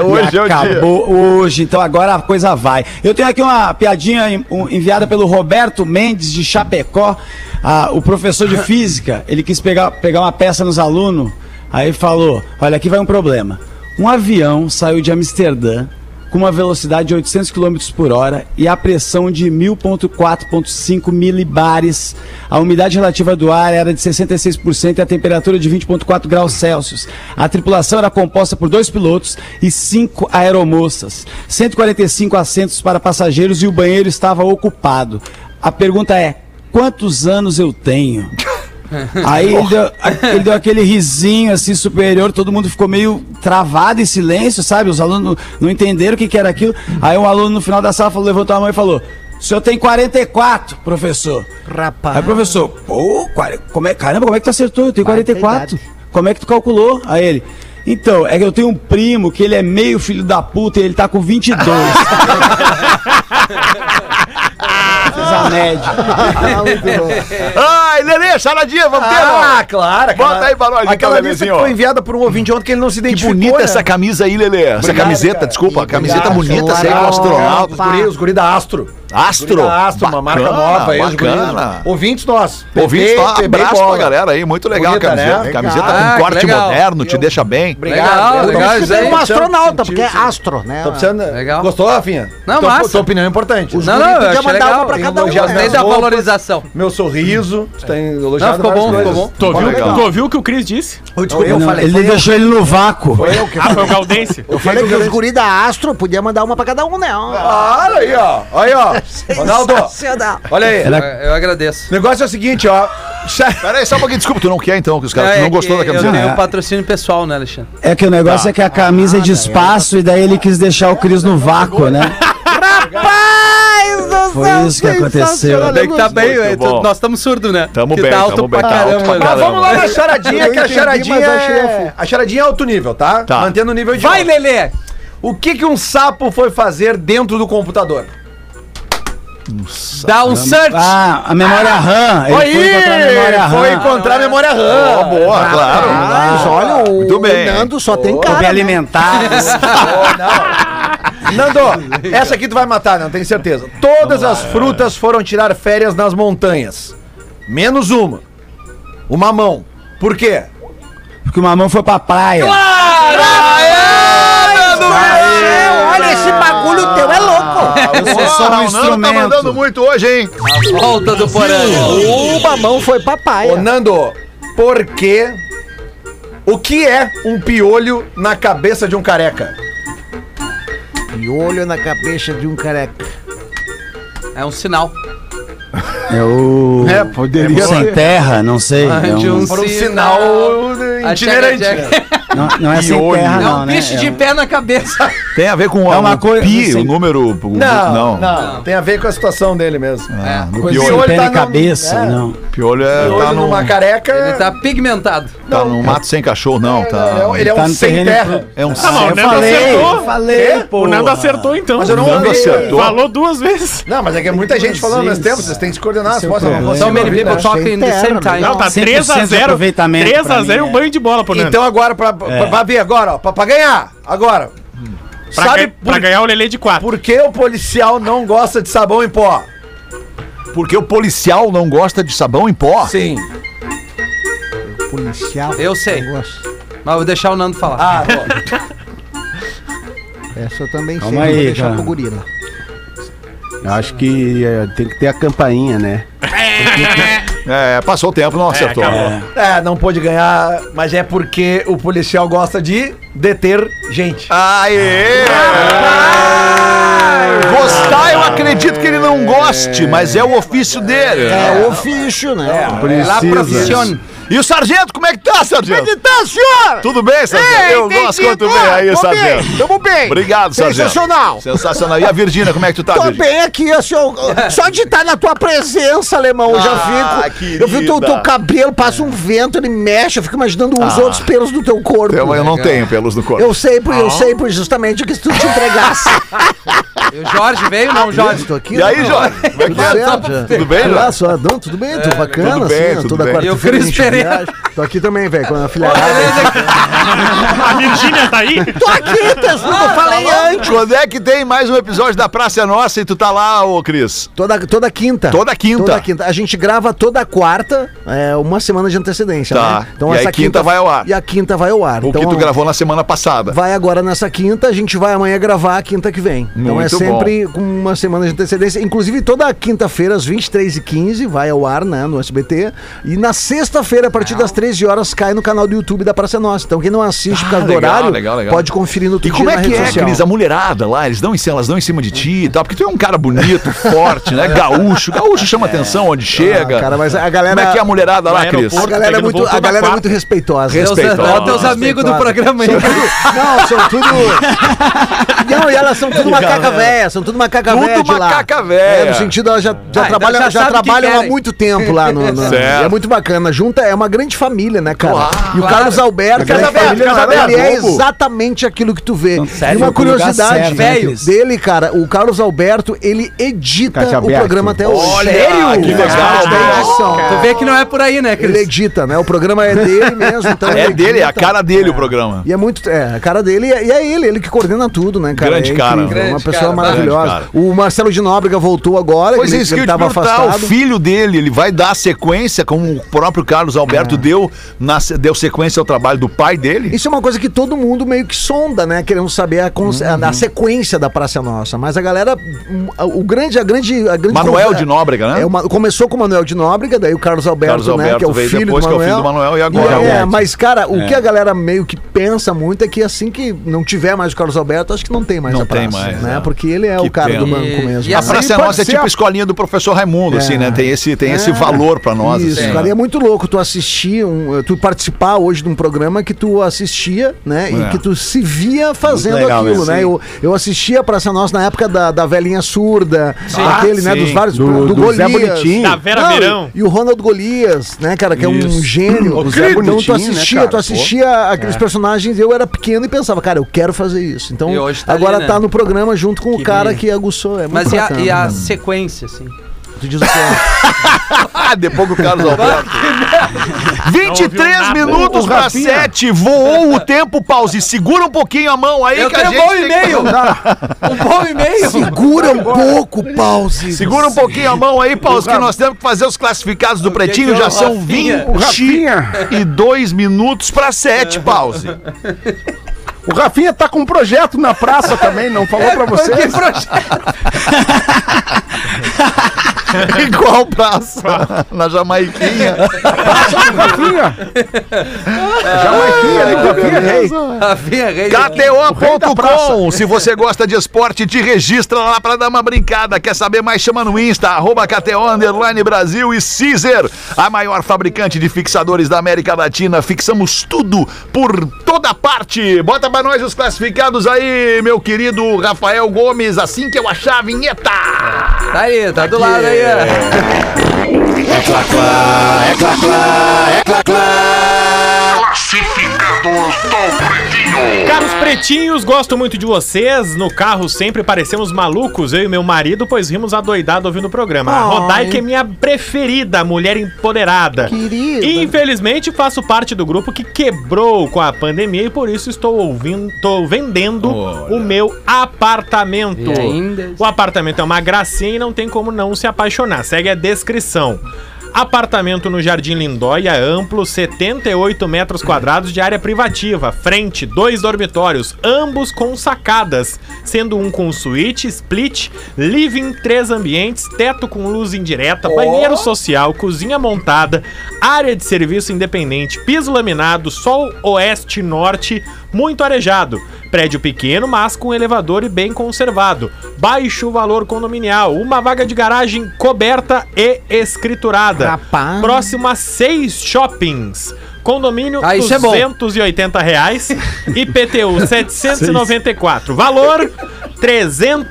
[SPEAKER 4] <laughs>
[SPEAKER 5] ligado?
[SPEAKER 4] Hoje
[SPEAKER 5] E
[SPEAKER 4] é o dia.
[SPEAKER 5] acabou hoje, então agora a coisa vai. Eu tenho aqui uma piadinha em- um- enviada pelo Roberto Mendes de Chapecó, Ah, o professor de física. Ele quis pegar, pegar uma peça nos alunos, aí falou: Olha, aqui vai um problema. Um avião saiu de Amsterdã com uma velocidade de 800 km por hora e a pressão de 1.004.5 milibares. A umidade relativa do ar era de 66% e a temperatura de 20.4 graus Celsius. A tripulação era composta por dois pilotos e cinco aeromoças, 145 assentos para passageiros e o banheiro estava ocupado. A pergunta é: quantos anos eu tenho? Aí ele deu,
[SPEAKER 4] <laughs>
[SPEAKER 5] ele deu aquele risinho assim superior, todo mundo ficou meio travado em silêncio, sabe? Os alunos não entenderam o que, que era aquilo. Aí um aluno no final da sala falou, levantou a mão e falou: O senhor tem 44, professor.
[SPEAKER 3] Rapaz.
[SPEAKER 5] Aí o professor, pô, quare- como é, caramba, como é que tu acertou? Eu tenho
[SPEAKER 3] Baita
[SPEAKER 5] 44.
[SPEAKER 3] idade.
[SPEAKER 5] Como é que tu calculou? Aí ele. Então, é que eu tenho um primo que ele é meio filho da puta e ele tá com 22.
[SPEAKER 4] <laughs>
[SPEAKER 5] Fez a média.
[SPEAKER 4] Ai, Lelê, charadinha, vamos ter,
[SPEAKER 9] Ah,
[SPEAKER 4] não?
[SPEAKER 9] claro.
[SPEAKER 4] Bota aí pra nós, então,
[SPEAKER 9] Aquela lista que
[SPEAKER 4] Lelezinho.
[SPEAKER 9] foi enviada por um ouvinte ontem que ele não se
[SPEAKER 4] Que
[SPEAKER 9] identificou.
[SPEAKER 4] bonita
[SPEAKER 9] né?
[SPEAKER 4] essa camisa aí, Lelê. essa camiseta, desculpa, a camiseta
[SPEAKER 9] Obrigado,
[SPEAKER 4] bonita,
[SPEAKER 9] cara.
[SPEAKER 4] segue com astronauta.
[SPEAKER 9] Os guri, os guri da Astro.
[SPEAKER 4] Astro.
[SPEAKER 9] Guri da Astro, uma marca
[SPEAKER 4] Bacana,
[SPEAKER 9] nova. aí, os guri-
[SPEAKER 4] Bacana.
[SPEAKER 9] Ouvintes nossos.
[SPEAKER 4] Ouvintes, tá,
[SPEAKER 9] PB
[SPEAKER 4] abraço
[SPEAKER 9] Bola.
[SPEAKER 4] pra galera aí, muito legal
[SPEAKER 9] Bonita,
[SPEAKER 4] a camiseta.
[SPEAKER 9] né?
[SPEAKER 4] Camiseta
[SPEAKER 6] Legal.
[SPEAKER 4] com corte
[SPEAKER 6] Ah, que legal.
[SPEAKER 4] moderno, te deixa bem.
[SPEAKER 9] Obrigado.
[SPEAKER 6] Legal,
[SPEAKER 9] Eu tô
[SPEAKER 6] legal,
[SPEAKER 9] precisando
[SPEAKER 6] isso
[SPEAKER 9] de
[SPEAKER 6] aí.
[SPEAKER 9] um
[SPEAKER 3] astronauta, porque é
[SPEAKER 9] cientista.
[SPEAKER 3] astro, né?
[SPEAKER 9] Tô precisando.
[SPEAKER 6] Legal.
[SPEAKER 9] Gostou, Rafinha?
[SPEAKER 6] Não,
[SPEAKER 9] Tua-
[SPEAKER 6] massa.
[SPEAKER 9] Tua opinião é importante.
[SPEAKER 6] Não, não,
[SPEAKER 3] podia
[SPEAKER 6] eu achei
[SPEAKER 3] mandar uma
[SPEAKER 6] legal.
[SPEAKER 3] pra cada um,
[SPEAKER 6] Eu gostei
[SPEAKER 9] né?
[SPEAKER 6] da
[SPEAKER 9] Roupas.
[SPEAKER 6] valorização.
[SPEAKER 9] Meu sorriso, tu tem elogiado
[SPEAKER 6] Não, ficou
[SPEAKER 9] várias
[SPEAKER 6] bom,
[SPEAKER 9] coisas.
[SPEAKER 6] ficou bom.
[SPEAKER 8] Tu ouviu,
[SPEAKER 4] legal.
[SPEAKER 8] tu ouviu o que o Cris disse?
[SPEAKER 5] Não, ele deixou ele no vácuo.
[SPEAKER 8] Ah, foi o Galdense?
[SPEAKER 3] Eu falei É
[SPEAKER 7] um
[SPEAKER 3] que os guri da astro podia mandar uma pra cada um, né?
[SPEAKER 7] Ah.
[SPEAKER 9] Olha aí, ó. Olha aí, ó. Ronaldo,
[SPEAKER 3] Sensacional.
[SPEAKER 9] olha aí.
[SPEAKER 5] Ela-
[SPEAKER 6] Eu eu agradeço.
[SPEAKER 9] O negócio é o seguinte, ó.
[SPEAKER 4] Pera aí, só um pouquinho, desculpa, tu não quer então, que os caras tu
[SPEAKER 6] É
[SPEAKER 4] não
[SPEAKER 6] que
[SPEAKER 4] gostou da
[SPEAKER 6] Eu
[SPEAKER 4] camiseta.
[SPEAKER 6] tenho um patrocínio pessoal, né, Alexandre?
[SPEAKER 5] É que o
[SPEAKER 9] Tá.
[SPEAKER 5] negócio é que a camisa é
[SPEAKER 9] Ah,
[SPEAKER 5] de espaço e daí ele quis deixar o Cris no vácuo, né?
[SPEAKER 6] <laughs>
[SPEAKER 3] Rapaz do
[SPEAKER 5] Foi isso que aconteceu.
[SPEAKER 3] sensacional.
[SPEAKER 6] Bem que tá bem,
[SPEAKER 4] Muito
[SPEAKER 6] é, tu-
[SPEAKER 4] bom.
[SPEAKER 6] nós estamos surdos, né?
[SPEAKER 4] Tamo
[SPEAKER 6] Que
[SPEAKER 4] bem,
[SPEAKER 6] tá
[SPEAKER 4] tamo
[SPEAKER 6] alto
[SPEAKER 4] bem,
[SPEAKER 6] pra
[SPEAKER 4] tá alto
[SPEAKER 6] caramba.
[SPEAKER 4] pra
[SPEAKER 6] né?
[SPEAKER 9] Mas vamos lá na charadinha,
[SPEAKER 7] Eu
[SPEAKER 9] que a
[SPEAKER 7] entendi,
[SPEAKER 9] charadinha
[SPEAKER 7] mas achei
[SPEAKER 5] um
[SPEAKER 9] é... A charadinha é alto nível, tá?
[SPEAKER 4] Tá.
[SPEAKER 9] Mantendo o nível de
[SPEAKER 6] Vai,
[SPEAKER 9] ontem.
[SPEAKER 6] Lelê!
[SPEAKER 9] O que que um sapo foi fazer dentro do computador?
[SPEAKER 6] Dá um search!
[SPEAKER 5] Ah, a memória RAM. Ele foi encontrar a memória RAM. Ah,
[SPEAKER 9] foi encontrar Ah, a memória RAM.
[SPEAKER 4] Ah, boa, claro.
[SPEAKER 3] Mas olha, o
[SPEAKER 4] Muito bem.
[SPEAKER 3] Nando só tem
[SPEAKER 5] Foi bem
[SPEAKER 3] cara. né?
[SPEAKER 5] alimentado.
[SPEAKER 9] <laughs> Nando, essa aqui tu vai matar, não tenho certeza. Todas as frutas foram tirar férias nas montanhas. Menos uma. O mamão. Por quê?
[SPEAKER 5] Porque o mamão foi pra praia.
[SPEAKER 3] É, Olha, esse bagulho teu é louco.
[SPEAKER 9] Ah,
[SPEAKER 5] Você é só um
[SPEAKER 4] tá mandando
[SPEAKER 5] instrumento.
[SPEAKER 4] muito hoje, hein?
[SPEAKER 6] Volta do porão!
[SPEAKER 3] O mamão foi papai. né?
[SPEAKER 9] Ô, Nando, por quê? O que é um piolho na cabeça de um careca?
[SPEAKER 3] E olho na cabeça de um careca.
[SPEAKER 6] É um sinal.
[SPEAKER 5] É o.
[SPEAKER 7] É, poderia
[SPEAKER 5] Sem
[SPEAKER 7] ser.
[SPEAKER 5] terra, não sei. É
[SPEAKER 6] De
[SPEAKER 5] um-
[SPEAKER 6] um
[SPEAKER 9] Por um
[SPEAKER 6] sinal.
[SPEAKER 9] sinal
[SPEAKER 6] A
[SPEAKER 9] itinerante.
[SPEAKER 6] Tcheca
[SPEAKER 9] né?
[SPEAKER 6] Tcheca.
[SPEAKER 5] Não, não é sem
[SPEAKER 4] Piolho.
[SPEAKER 5] terra,
[SPEAKER 6] É
[SPEAKER 5] não,
[SPEAKER 6] um
[SPEAKER 5] né?
[SPEAKER 6] bicho
[SPEAKER 5] É
[SPEAKER 6] de
[SPEAKER 5] um-
[SPEAKER 6] pé na cabeça.
[SPEAKER 4] Tem a ver com
[SPEAKER 5] É uma
[SPEAKER 4] o
[SPEAKER 5] coisa-
[SPEAKER 4] pi,
[SPEAKER 5] assim-
[SPEAKER 4] o número... o-
[SPEAKER 9] Não, não, Tem a ver com a situação dele mesmo.
[SPEAKER 6] É.
[SPEAKER 4] No
[SPEAKER 5] Coisa
[SPEAKER 4] piolho,
[SPEAKER 5] sem Ah, pé
[SPEAKER 9] tá
[SPEAKER 5] na
[SPEAKER 9] no-
[SPEAKER 5] cabeça,
[SPEAKER 9] é.
[SPEAKER 5] não.
[SPEAKER 4] piolho é,
[SPEAKER 9] Piolho
[SPEAKER 4] tá num,
[SPEAKER 9] numa careca.
[SPEAKER 6] Ele tá pigmentado.
[SPEAKER 4] tá num mato sem cachorro, não.
[SPEAKER 9] é um-
[SPEAKER 4] Tá,
[SPEAKER 9] ele é um
[SPEAKER 5] Tá no
[SPEAKER 9] sem
[SPEAKER 5] terreno
[SPEAKER 9] terra.
[SPEAKER 4] é um...
[SPEAKER 8] Ah, mas o
[SPEAKER 5] Eu
[SPEAKER 8] Nando
[SPEAKER 5] falei,
[SPEAKER 8] acertou.
[SPEAKER 5] falei, pô.
[SPEAKER 8] O Nando acertou então.
[SPEAKER 9] Mas eu não ouvi.
[SPEAKER 4] acertou.
[SPEAKER 8] Falou duas vezes.
[SPEAKER 9] Não, mas é que é muita gente falando ao mesmo tempo, vocês têm que se coordenar, as
[SPEAKER 5] Esse é o
[SPEAKER 9] vozes não
[SPEAKER 5] problema.
[SPEAKER 6] So
[SPEAKER 9] conseguem
[SPEAKER 6] many
[SPEAKER 9] ouvir, né?
[SPEAKER 6] people talking the same time.
[SPEAKER 8] Não, tá
[SPEAKER 5] 100%
[SPEAKER 8] 3x0.
[SPEAKER 5] de aproveitamento
[SPEAKER 8] 3x0 e
[SPEAKER 5] pra mim,
[SPEAKER 8] um banho de bola pro Nando.
[SPEAKER 9] Então agora, pra,
[SPEAKER 5] É.
[SPEAKER 9] pra, pra ver agora, ó, pra, pra ganhar, agora.
[SPEAKER 8] pra,
[SPEAKER 9] sabe
[SPEAKER 8] ga- pra
[SPEAKER 9] por-
[SPEAKER 8] ganhar o Lelê de 4.
[SPEAKER 9] Por que o policial não gosta de sabão em pó?
[SPEAKER 4] Porque o policial não gosta de sabão em pó.
[SPEAKER 9] Sim.
[SPEAKER 3] Policial.
[SPEAKER 6] Eu sei.
[SPEAKER 3] gosto.
[SPEAKER 6] Mas vou deixar o Nando falar.
[SPEAKER 9] Ah, bom.
[SPEAKER 3] Essa eu É, também
[SPEAKER 5] Calma
[SPEAKER 3] sei.
[SPEAKER 5] aí,
[SPEAKER 3] vou deixar
[SPEAKER 5] cara.
[SPEAKER 3] pro gorila.
[SPEAKER 7] Eu acho que é, tem que ter a campainha, né?
[SPEAKER 4] É, passou o tempo, não acertou.
[SPEAKER 8] acabou.
[SPEAKER 9] é, não pôde ganhar, mas é porque o policial gosta de deter gente.
[SPEAKER 4] Aê! Gostar, eu acredito que ele não goste, mas é o ofício dele.
[SPEAKER 3] É ofício, né?
[SPEAKER 7] Precisa.
[SPEAKER 4] E o sargento, como é que tá, sargento?
[SPEAKER 3] tá, senhor?
[SPEAKER 4] Tudo bem, sargento? eu gosto quanto bem aí, sargento.
[SPEAKER 3] Tamo bem.
[SPEAKER 4] Obrigado, sargento.
[SPEAKER 3] Sensacional.
[SPEAKER 4] Sensacional. E a Virgínia, como é que tu tá,
[SPEAKER 3] Tô
[SPEAKER 4] Virgínia?
[SPEAKER 3] bem aqui, ó,
[SPEAKER 4] <laughs>
[SPEAKER 3] senhor. Só de estar na tua presença, alemão, eu já
[SPEAKER 4] Ah,
[SPEAKER 3] fico. Eu vi o teu,
[SPEAKER 4] querida.
[SPEAKER 3] teu cabelo, passa um vento, ele mexe, eu fico imaginando os
[SPEAKER 4] Ah.
[SPEAKER 3] outros pelos do teu corpo.
[SPEAKER 4] Eu, eu não tenho pelos no corpo.
[SPEAKER 3] Eu sei, por,
[SPEAKER 4] Ah.
[SPEAKER 3] eu sei por justamente o que se tu te
[SPEAKER 4] <laughs>
[SPEAKER 3] entregasse.
[SPEAKER 6] E o Jorge veio, não, Jorge?
[SPEAKER 3] Tô aqui,
[SPEAKER 4] E aí,
[SPEAKER 3] né?
[SPEAKER 4] Jorge? Como é que
[SPEAKER 3] Tudo
[SPEAKER 4] tá?
[SPEAKER 3] certo?
[SPEAKER 4] Tudo bem,
[SPEAKER 3] Olá,
[SPEAKER 4] Jorge? É,
[SPEAKER 3] só, não, tudo bem? Tô bacana,
[SPEAKER 4] tudo bem,
[SPEAKER 3] assim,
[SPEAKER 4] tudo
[SPEAKER 3] toda
[SPEAKER 4] bem.
[SPEAKER 6] E o
[SPEAKER 3] quarta-feira.
[SPEAKER 6] Cris
[SPEAKER 3] a gente
[SPEAKER 6] Pereira?
[SPEAKER 3] viaja. Tô aqui também, velho, com a filha.
[SPEAKER 8] A Virgínia tá aí?
[SPEAKER 3] Tô aqui, pessoal,
[SPEAKER 4] Ah,
[SPEAKER 3] eu falei antes.
[SPEAKER 4] Quando é que tem mais um episódio da Praça é Nossa e tu tá lá, ô Cris?
[SPEAKER 3] Toda, toda quinta.
[SPEAKER 4] Toda quinta.
[SPEAKER 3] Toda quinta. A gente grava toda quarta, é, uma semana de antecedência.
[SPEAKER 4] Tá.
[SPEAKER 3] Né?
[SPEAKER 10] Então
[SPEAKER 4] E aí quinta vai ao ar.
[SPEAKER 3] E a quinta vai ao ar.
[SPEAKER 4] O que
[SPEAKER 3] Então,
[SPEAKER 4] tu gravou na semana passada.
[SPEAKER 3] Vai agora nessa quinta, a gente vai amanhã gravar a quinta que vem. então é
[SPEAKER 4] Muito
[SPEAKER 10] sempre com uma semana de antecedência. Inclusive, toda quinta-feira, às 23h15, vai ao ar, né, no SBT. E na sexta-feira, a partir das 13 horas, cai no canal do YouTube da Praça Nossa. Então, quem não assiste por causa do
[SPEAKER 4] Ah, legal,
[SPEAKER 10] horário,
[SPEAKER 4] legal, legal.
[SPEAKER 10] pode conferir no
[SPEAKER 4] E
[SPEAKER 10] Twitter
[SPEAKER 4] como
[SPEAKER 10] na
[SPEAKER 4] é que
[SPEAKER 10] rede
[SPEAKER 4] é,
[SPEAKER 10] social.
[SPEAKER 4] Cris? A mulherada lá, eles dão em cima, elas dão em cima de ti e tal, porque tu é um cara bonito, <laughs> forte, né? Gaúcho. Gaúcho chama atenção onde chega.
[SPEAKER 10] Ah, cara, mas a galera-
[SPEAKER 4] É. Como é que é a mulherada lá,
[SPEAKER 8] No
[SPEAKER 4] Cris?
[SPEAKER 10] A
[SPEAKER 8] aeroporto,
[SPEAKER 10] galera, é
[SPEAKER 8] pegando
[SPEAKER 10] muito,
[SPEAKER 8] voo
[SPEAKER 10] a
[SPEAKER 8] toda
[SPEAKER 10] galera é
[SPEAKER 8] quarta.
[SPEAKER 10] muito respeitosa.
[SPEAKER 4] Respeitosa.
[SPEAKER 6] Olha os é- teus amigos do programa aí.
[SPEAKER 10] Não, são tudo. Não, e elas são tudo macaca véia, são tudo macaca
[SPEAKER 4] Tudo
[SPEAKER 10] véia. de lá.
[SPEAKER 4] macaca véia.
[SPEAKER 10] É, no sentido, elas já, já
[SPEAKER 6] Ah,
[SPEAKER 10] trabalham,
[SPEAKER 6] então já
[SPEAKER 10] já
[SPEAKER 6] sabe que
[SPEAKER 10] trabalham há
[SPEAKER 6] querem.
[SPEAKER 10] muito tempo lá no. no-
[SPEAKER 4] Certo.
[SPEAKER 10] É muito bacana. Junta é uma grande família, né, cara? e o Carlos Alberto,
[SPEAKER 7] grande
[SPEAKER 10] ele é-
[SPEAKER 7] família, Carlos
[SPEAKER 10] ele é
[SPEAKER 7] Alberto.
[SPEAKER 10] exatamente aquilo que tu vê.
[SPEAKER 3] sério,
[SPEAKER 10] e uma
[SPEAKER 3] que lugar
[SPEAKER 10] curiosidade
[SPEAKER 3] serve, né,
[SPEAKER 10] velho,
[SPEAKER 3] Cris?
[SPEAKER 10] dele, cara, o Carlos Alberto, ele edita
[SPEAKER 7] Cátia
[SPEAKER 10] o
[SPEAKER 7] Berto.
[SPEAKER 10] programa até hoje.
[SPEAKER 4] que legal,
[SPEAKER 10] Os caras da edição.
[SPEAKER 6] Tu vê que não é por aí, né,
[SPEAKER 10] Ele
[SPEAKER 6] Cris?
[SPEAKER 10] edita, né? O programa é
[SPEAKER 4] <laughs>
[SPEAKER 10] dele mesmo. Então
[SPEAKER 4] É
[SPEAKER 10] ele
[SPEAKER 4] dele, é a
[SPEAKER 10] edita.
[SPEAKER 4] cara dele o programa.
[SPEAKER 10] E é muito. É, a cara dele e é, e é ele, ele que coordena tudo, né, cara?
[SPEAKER 4] Grande
[SPEAKER 10] é
[SPEAKER 4] cara.
[SPEAKER 10] incrível, é uma
[SPEAKER 6] Grande
[SPEAKER 10] pessoa
[SPEAKER 6] cara,
[SPEAKER 10] maravilhosa.
[SPEAKER 4] grande
[SPEAKER 10] O Marcelo de Nóbrega voltou agora,
[SPEAKER 4] Pois
[SPEAKER 10] ele,
[SPEAKER 4] é, isso que
[SPEAKER 10] ele
[SPEAKER 4] eu ia te
[SPEAKER 10] tava
[SPEAKER 4] perguntar,
[SPEAKER 10] afastado.
[SPEAKER 4] o filho dele, ele vai dar sequência, como o próprio Carlos Alberto deu, na- deu sequência ao trabalho do pai dele?
[SPEAKER 10] É. Isso é uma coisa que todo mundo meio que sonda, né? Querendo saber a, cons- a-
[SPEAKER 4] Uhum.
[SPEAKER 10] a sequência da Praça Nossa. Mas a galera. hum, a- O grande, a grande. A grande
[SPEAKER 4] Manuel
[SPEAKER 10] conver-
[SPEAKER 4] de Nóbrega, né?
[SPEAKER 10] É uma- começou com o Manuel de Nóbrega, daí o Carlos Alberto,
[SPEAKER 4] Carlos
[SPEAKER 10] né? Que é
[SPEAKER 4] Alberto
[SPEAKER 10] o
[SPEAKER 4] veio
[SPEAKER 10] filho do
[SPEAKER 4] depois, que é o
[SPEAKER 10] Manuel.
[SPEAKER 4] filho do Manuel, e agora
[SPEAKER 10] é,
[SPEAKER 4] o-
[SPEAKER 10] mas, cara, o que a galera meio que pensa muito é que assim que não tiver mais o Carlos Alberto, acho que não tem mais
[SPEAKER 4] Não
[SPEAKER 10] a praça.
[SPEAKER 4] tem mais,
[SPEAKER 10] né?
[SPEAKER 4] é.
[SPEAKER 10] Porque ele é
[SPEAKER 4] Que
[SPEAKER 10] o cara do
[SPEAKER 4] pena.
[SPEAKER 10] banco
[SPEAKER 6] E-
[SPEAKER 10] mesmo.
[SPEAKER 6] e a
[SPEAKER 10] né?
[SPEAKER 4] Pra ser
[SPEAKER 7] pode
[SPEAKER 4] nossa é
[SPEAKER 7] ser
[SPEAKER 4] tipo
[SPEAKER 7] a-
[SPEAKER 4] a escolinha do professor Raimundo, assim, né? Tem esse, tem esse
[SPEAKER 10] É.
[SPEAKER 4] valor pra nós,
[SPEAKER 10] Isso,
[SPEAKER 4] assim.
[SPEAKER 10] cara, e
[SPEAKER 4] né?
[SPEAKER 10] é muito louco tu assistir, um, tu participar hoje de um programa que tu assistia, né? E
[SPEAKER 4] É.
[SPEAKER 10] que tu se via fazendo
[SPEAKER 7] Muito legal
[SPEAKER 10] aquilo,
[SPEAKER 7] mesmo,
[SPEAKER 10] né?
[SPEAKER 7] sim.
[SPEAKER 10] Eu, eu assistia a Praça Nossa na época da, da velhinha surda,
[SPEAKER 4] Ah,
[SPEAKER 10] aquele, né?
[SPEAKER 4] sim.
[SPEAKER 10] Dos vários,
[SPEAKER 7] Do, do, Zé
[SPEAKER 10] Golias.
[SPEAKER 7] Bonitinho.
[SPEAKER 8] Da Vera
[SPEAKER 10] Não, e-
[SPEAKER 8] Verão.
[SPEAKER 10] E o Ronald Golias, né, cara, que é um gênio.
[SPEAKER 7] O Zé
[SPEAKER 10] Então tu
[SPEAKER 7] Bonitinho, né,
[SPEAKER 10] assistia,
[SPEAKER 7] cara?
[SPEAKER 10] tu assistia aqueles personagens, eu era pequeno e pensava, cara, eu quero fazer isso. Então,
[SPEAKER 6] E hoje tá
[SPEAKER 10] agora
[SPEAKER 6] ali, né?
[SPEAKER 10] tá no programa junto com o
[SPEAKER 6] Que
[SPEAKER 10] cara
[SPEAKER 6] bem.
[SPEAKER 10] que aguçou. É muito
[SPEAKER 6] Mas e a,
[SPEAKER 10] bacana,
[SPEAKER 6] e a
[SPEAKER 10] né?
[SPEAKER 6] sequência, assim?
[SPEAKER 10] Tu diz o quê? <laughs>
[SPEAKER 4] Ah, depois que o Carlos Alberto. 23
[SPEAKER 8] nada.
[SPEAKER 4] minutos
[SPEAKER 7] Ô,
[SPEAKER 4] pra
[SPEAKER 7] Rafinha.
[SPEAKER 4] 7. Voou o tempo, pause. Segura um pouquinho a mão aí
[SPEAKER 6] Eu
[SPEAKER 4] que a
[SPEAKER 6] quero um
[SPEAKER 4] gente.
[SPEAKER 6] bom
[SPEAKER 4] tem que-
[SPEAKER 6] e-mail! Um bom e-mail!
[SPEAKER 10] Segura um pouco, pause.
[SPEAKER 4] Segura um pouquinho a mão aí, Paulo, que nós temos que fazer os classificados do Pretinho.
[SPEAKER 6] que é o
[SPEAKER 4] Já são
[SPEAKER 6] Rafinha?
[SPEAKER 4] 22 minutos pra 7, pause.
[SPEAKER 7] O Rafinha tá com um projeto na praça também, não falou pra você?
[SPEAKER 6] Que projeto!
[SPEAKER 4] <laughs> Igual praça <laughs> na <laughs> Jamaiquinha.
[SPEAKER 7] Rafinha! Jamaiquinha, né? Rafinha rei.
[SPEAKER 6] Rafinha Reis.
[SPEAKER 4] KTO.com. Se você gosta de esporte, te registra lá pra dar uma brincada. Quer saber mais? Chama no Insta, arroba KTO Underline Brasil e Caesar, a maior fabricante de fixadores da América Latina. Fixamos tudo por toda parte. Bota pra nós os classificados aí, meu querido Rafael Gomes, assim que eu achar a vinheta.
[SPEAKER 6] Tá aí, tá do lado
[SPEAKER 4] é.
[SPEAKER 6] aí. ó.
[SPEAKER 8] Caros pretinhos, gosto muito de vocês. No carro sempre parecemos malucos, eu e meu marido, pois rimos adoidado ouvindo o programa. A Rodaica é minha preferida, mulher empoderada.
[SPEAKER 10] Querida.
[SPEAKER 8] Infelizmente, faço parte do grupo que quebrou com a pandemia e por isso estou ouvindo, tô vendendo o meu apartamento.
[SPEAKER 6] E ainda-
[SPEAKER 8] O apartamento é uma gracinha e não tem como não se apaixonar. Segue a descrição. Apartamento no Jardim Lindóia, amplo, 78 metros quadrados de área privativa. Frente, dois dormitórios, ambos com sacadas, sendo um com suíte, split, living, três ambientes, teto com luz indireta, banheiro social, cozinha montada, área de serviço independente, piso laminado, sol oeste-norte, muito arejado. Prédio pequeno, mas com elevador e bem conservado. Baixo valor condominial. Uma vaga de garagem coberta e escriturada.
[SPEAKER 10] Rapaz.
[SPEAKER 8] Próximo a seis shoppings. Condomínio
[SPEAKER 6] Ah, isso é bom.
[SPEAKER 8] 280
[SPEAKER 6] <laughs>
[SPEAKER 8] reais. IPTU 794. Valor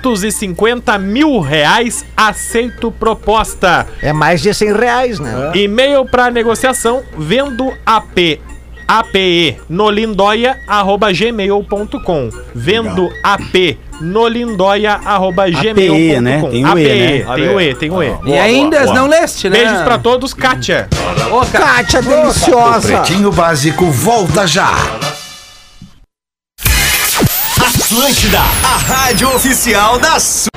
[SPEAKER 8] 350 mil reais. Aceito proposta.
[SPEAKER 10] É mais de 100 reais, né?
[SPEAKER 8] E-mail para negociação vendo AP APE no lindóia arroba gmail.com vendo AP no lindóia arroba
[SPEAKER 3] APE,
[SPEAKER 8] gmail.com
[SPEAKER 3] né? Tá Tem o
[SPEAKER 8] APE,
[SPEAKER 3] E,
[SPEAKER 8] tem o E, tem o E.
[SPEAKER 6] E ainda não leste, né?
[SPEAKER 8] Beijos pra todos, Kátia.
[SPEAKER 6] Ô, cara.
[SPEAKER 10] Kátia deliciosa.
[SPEAKER 9] Pretinho Básico volta já. Atlântida, a rádio oficial da sua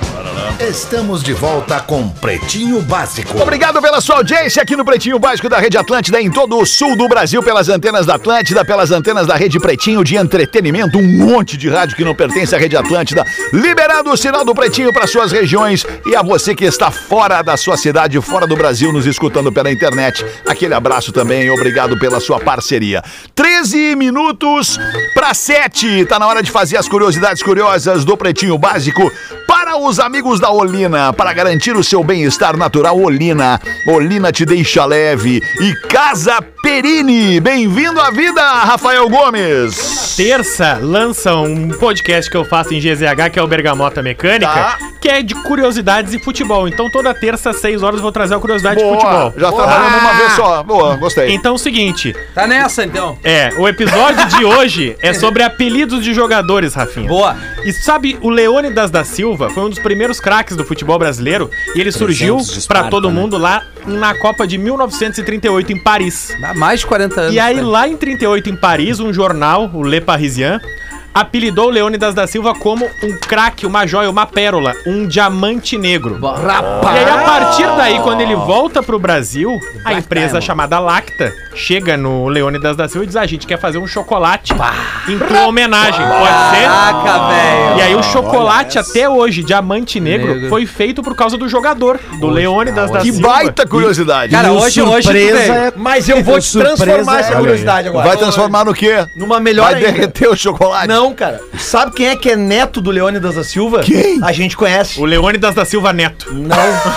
[SPEAKER 2] Estamos de volta com Pretinho Básico.
[SPEAKER 4] Obrigado pela sua audiência aqui no Pretinho Básico da Rede Atlântida, em todo o sul do Brasil, pelas antenas da Atlântida, pelas antenas da Rede Pretinho de entretenimento, um monte de rádio que não pertence à Rede Atlântida, liberando o sinal do Pretinho para suas regiões e a você que está fora da sua cidade, fora do Brasil, nos escutando pela internet. Aquele abraço também, obrigado pela sua parceria. 13 minutos para 7, tá na hora de fazer as curiosidades curiosas do Pretinho Básico para os amigos da Olina, para garantir o seu bem-estar natural, Olina. Olina te deixa leve. E Casa Perini, bem-vindo à vida, Rafael Gomes.
[SPEAKER 8] Terça lança um podcast que eu faço em GZH, que é o Bergamota Mecânica,
[SPEAKER 4] Tá.
[SPEAKER 8] que é de curiosidades e futebol. Então toda terça, às 6 horas, eu vou trazer a curiosidade de futebol.
[SPEAKER 4] já trabalhamos uma vez só. Boa, gostei.
[SPEAKER 8] Então é o seguinte,
[SPEAKER 6] Tá nessa, então.
[SPEAKER 8] é, o episódio de hoje é sobre apelidos de jogadores, Rafinha.
[SPEAKER 6] Boa.
[SPEAKER 8] E sabe, o Leônidas da Silva foi um dos primeiros craques do futebol brasileiro e ele surgiu
[SPEAKER 5] de Esparta,
[SPEAKER 8] pra todo
[SPEAKER 5] né?
[SPEAKER 8] mundo lá na Copa de 1938 em Paris.
[SPEAKER 6] Dá mais de 40 anos.
[SPEAKER 8] E aí,
[SPEAKER 6] né?
[SPEAKER 8] lá em 38, em Paris, um jornal, o Le Parisien, apelidou o Leônidas da Silva como um craque, uma joia, uma pérola, um diamante negro.
[SPEAKER 6] Boa.
[SPEAKER 8] E aí, a
[SPEAKER 6] Rapaz.
[SPEAKER 8] partir daí, quando ele volta pro Brasil, a empresa chamada Lacta chega no Leônidas da Silva e diz: "Ah, a gente quer fazer um chocolate em tua homenagem, pode ser?
[SPEAKER 6] Caraca, velho.
[SPEAKER 8] E
[SPEAKER 4] Ah,
[SPEAKER 8] aí o chocolate até hoje, diamante negro,
[SPEAKER 6] Negro.
[SPEAKER 8] foi feito por causa do jogador, do Leônidas da
[SPEAKER 4] Que
[SPEAKER 8] Silva.
[SPEAKER 4] baita curiosidade.
[SPEAKER 6] Cara,
[SPEAKER 5] E o
[SPEAKER 6] hoje, hoje tu
[SPEAKER 5] surpresa
[SPEAKER 6] veio.
[SPEAKER 5] é-
[SPEAKER 9] Mas eu vou te
[SPEAKER 5] Surpresa, é
[SPEAKER 9] transformar
[SPEAKER 5] olha
[SPEAKER 9] essa
[SPEAKER 5] aí.
[SPEAKER 9] curiosidade agora.
[SPEAKER 4] Vai transformar no quê?
[SPEAKER 9] Numa melhor
[SPEAKER 4] Vai
[SPEAKER 9] ainda.
[SPEAKER 4] derreter o chocolate?
[SPEAKER 9] Não, cara. Sabe quem é que é neto do Leônidas da Silva?
[SPEAKER 4] Quem?
[SPEAKER 9] A gente conhece.
[SPEAKER 8] O Leônidas da Silva Neto. É,
[SPEAKER 9] Não.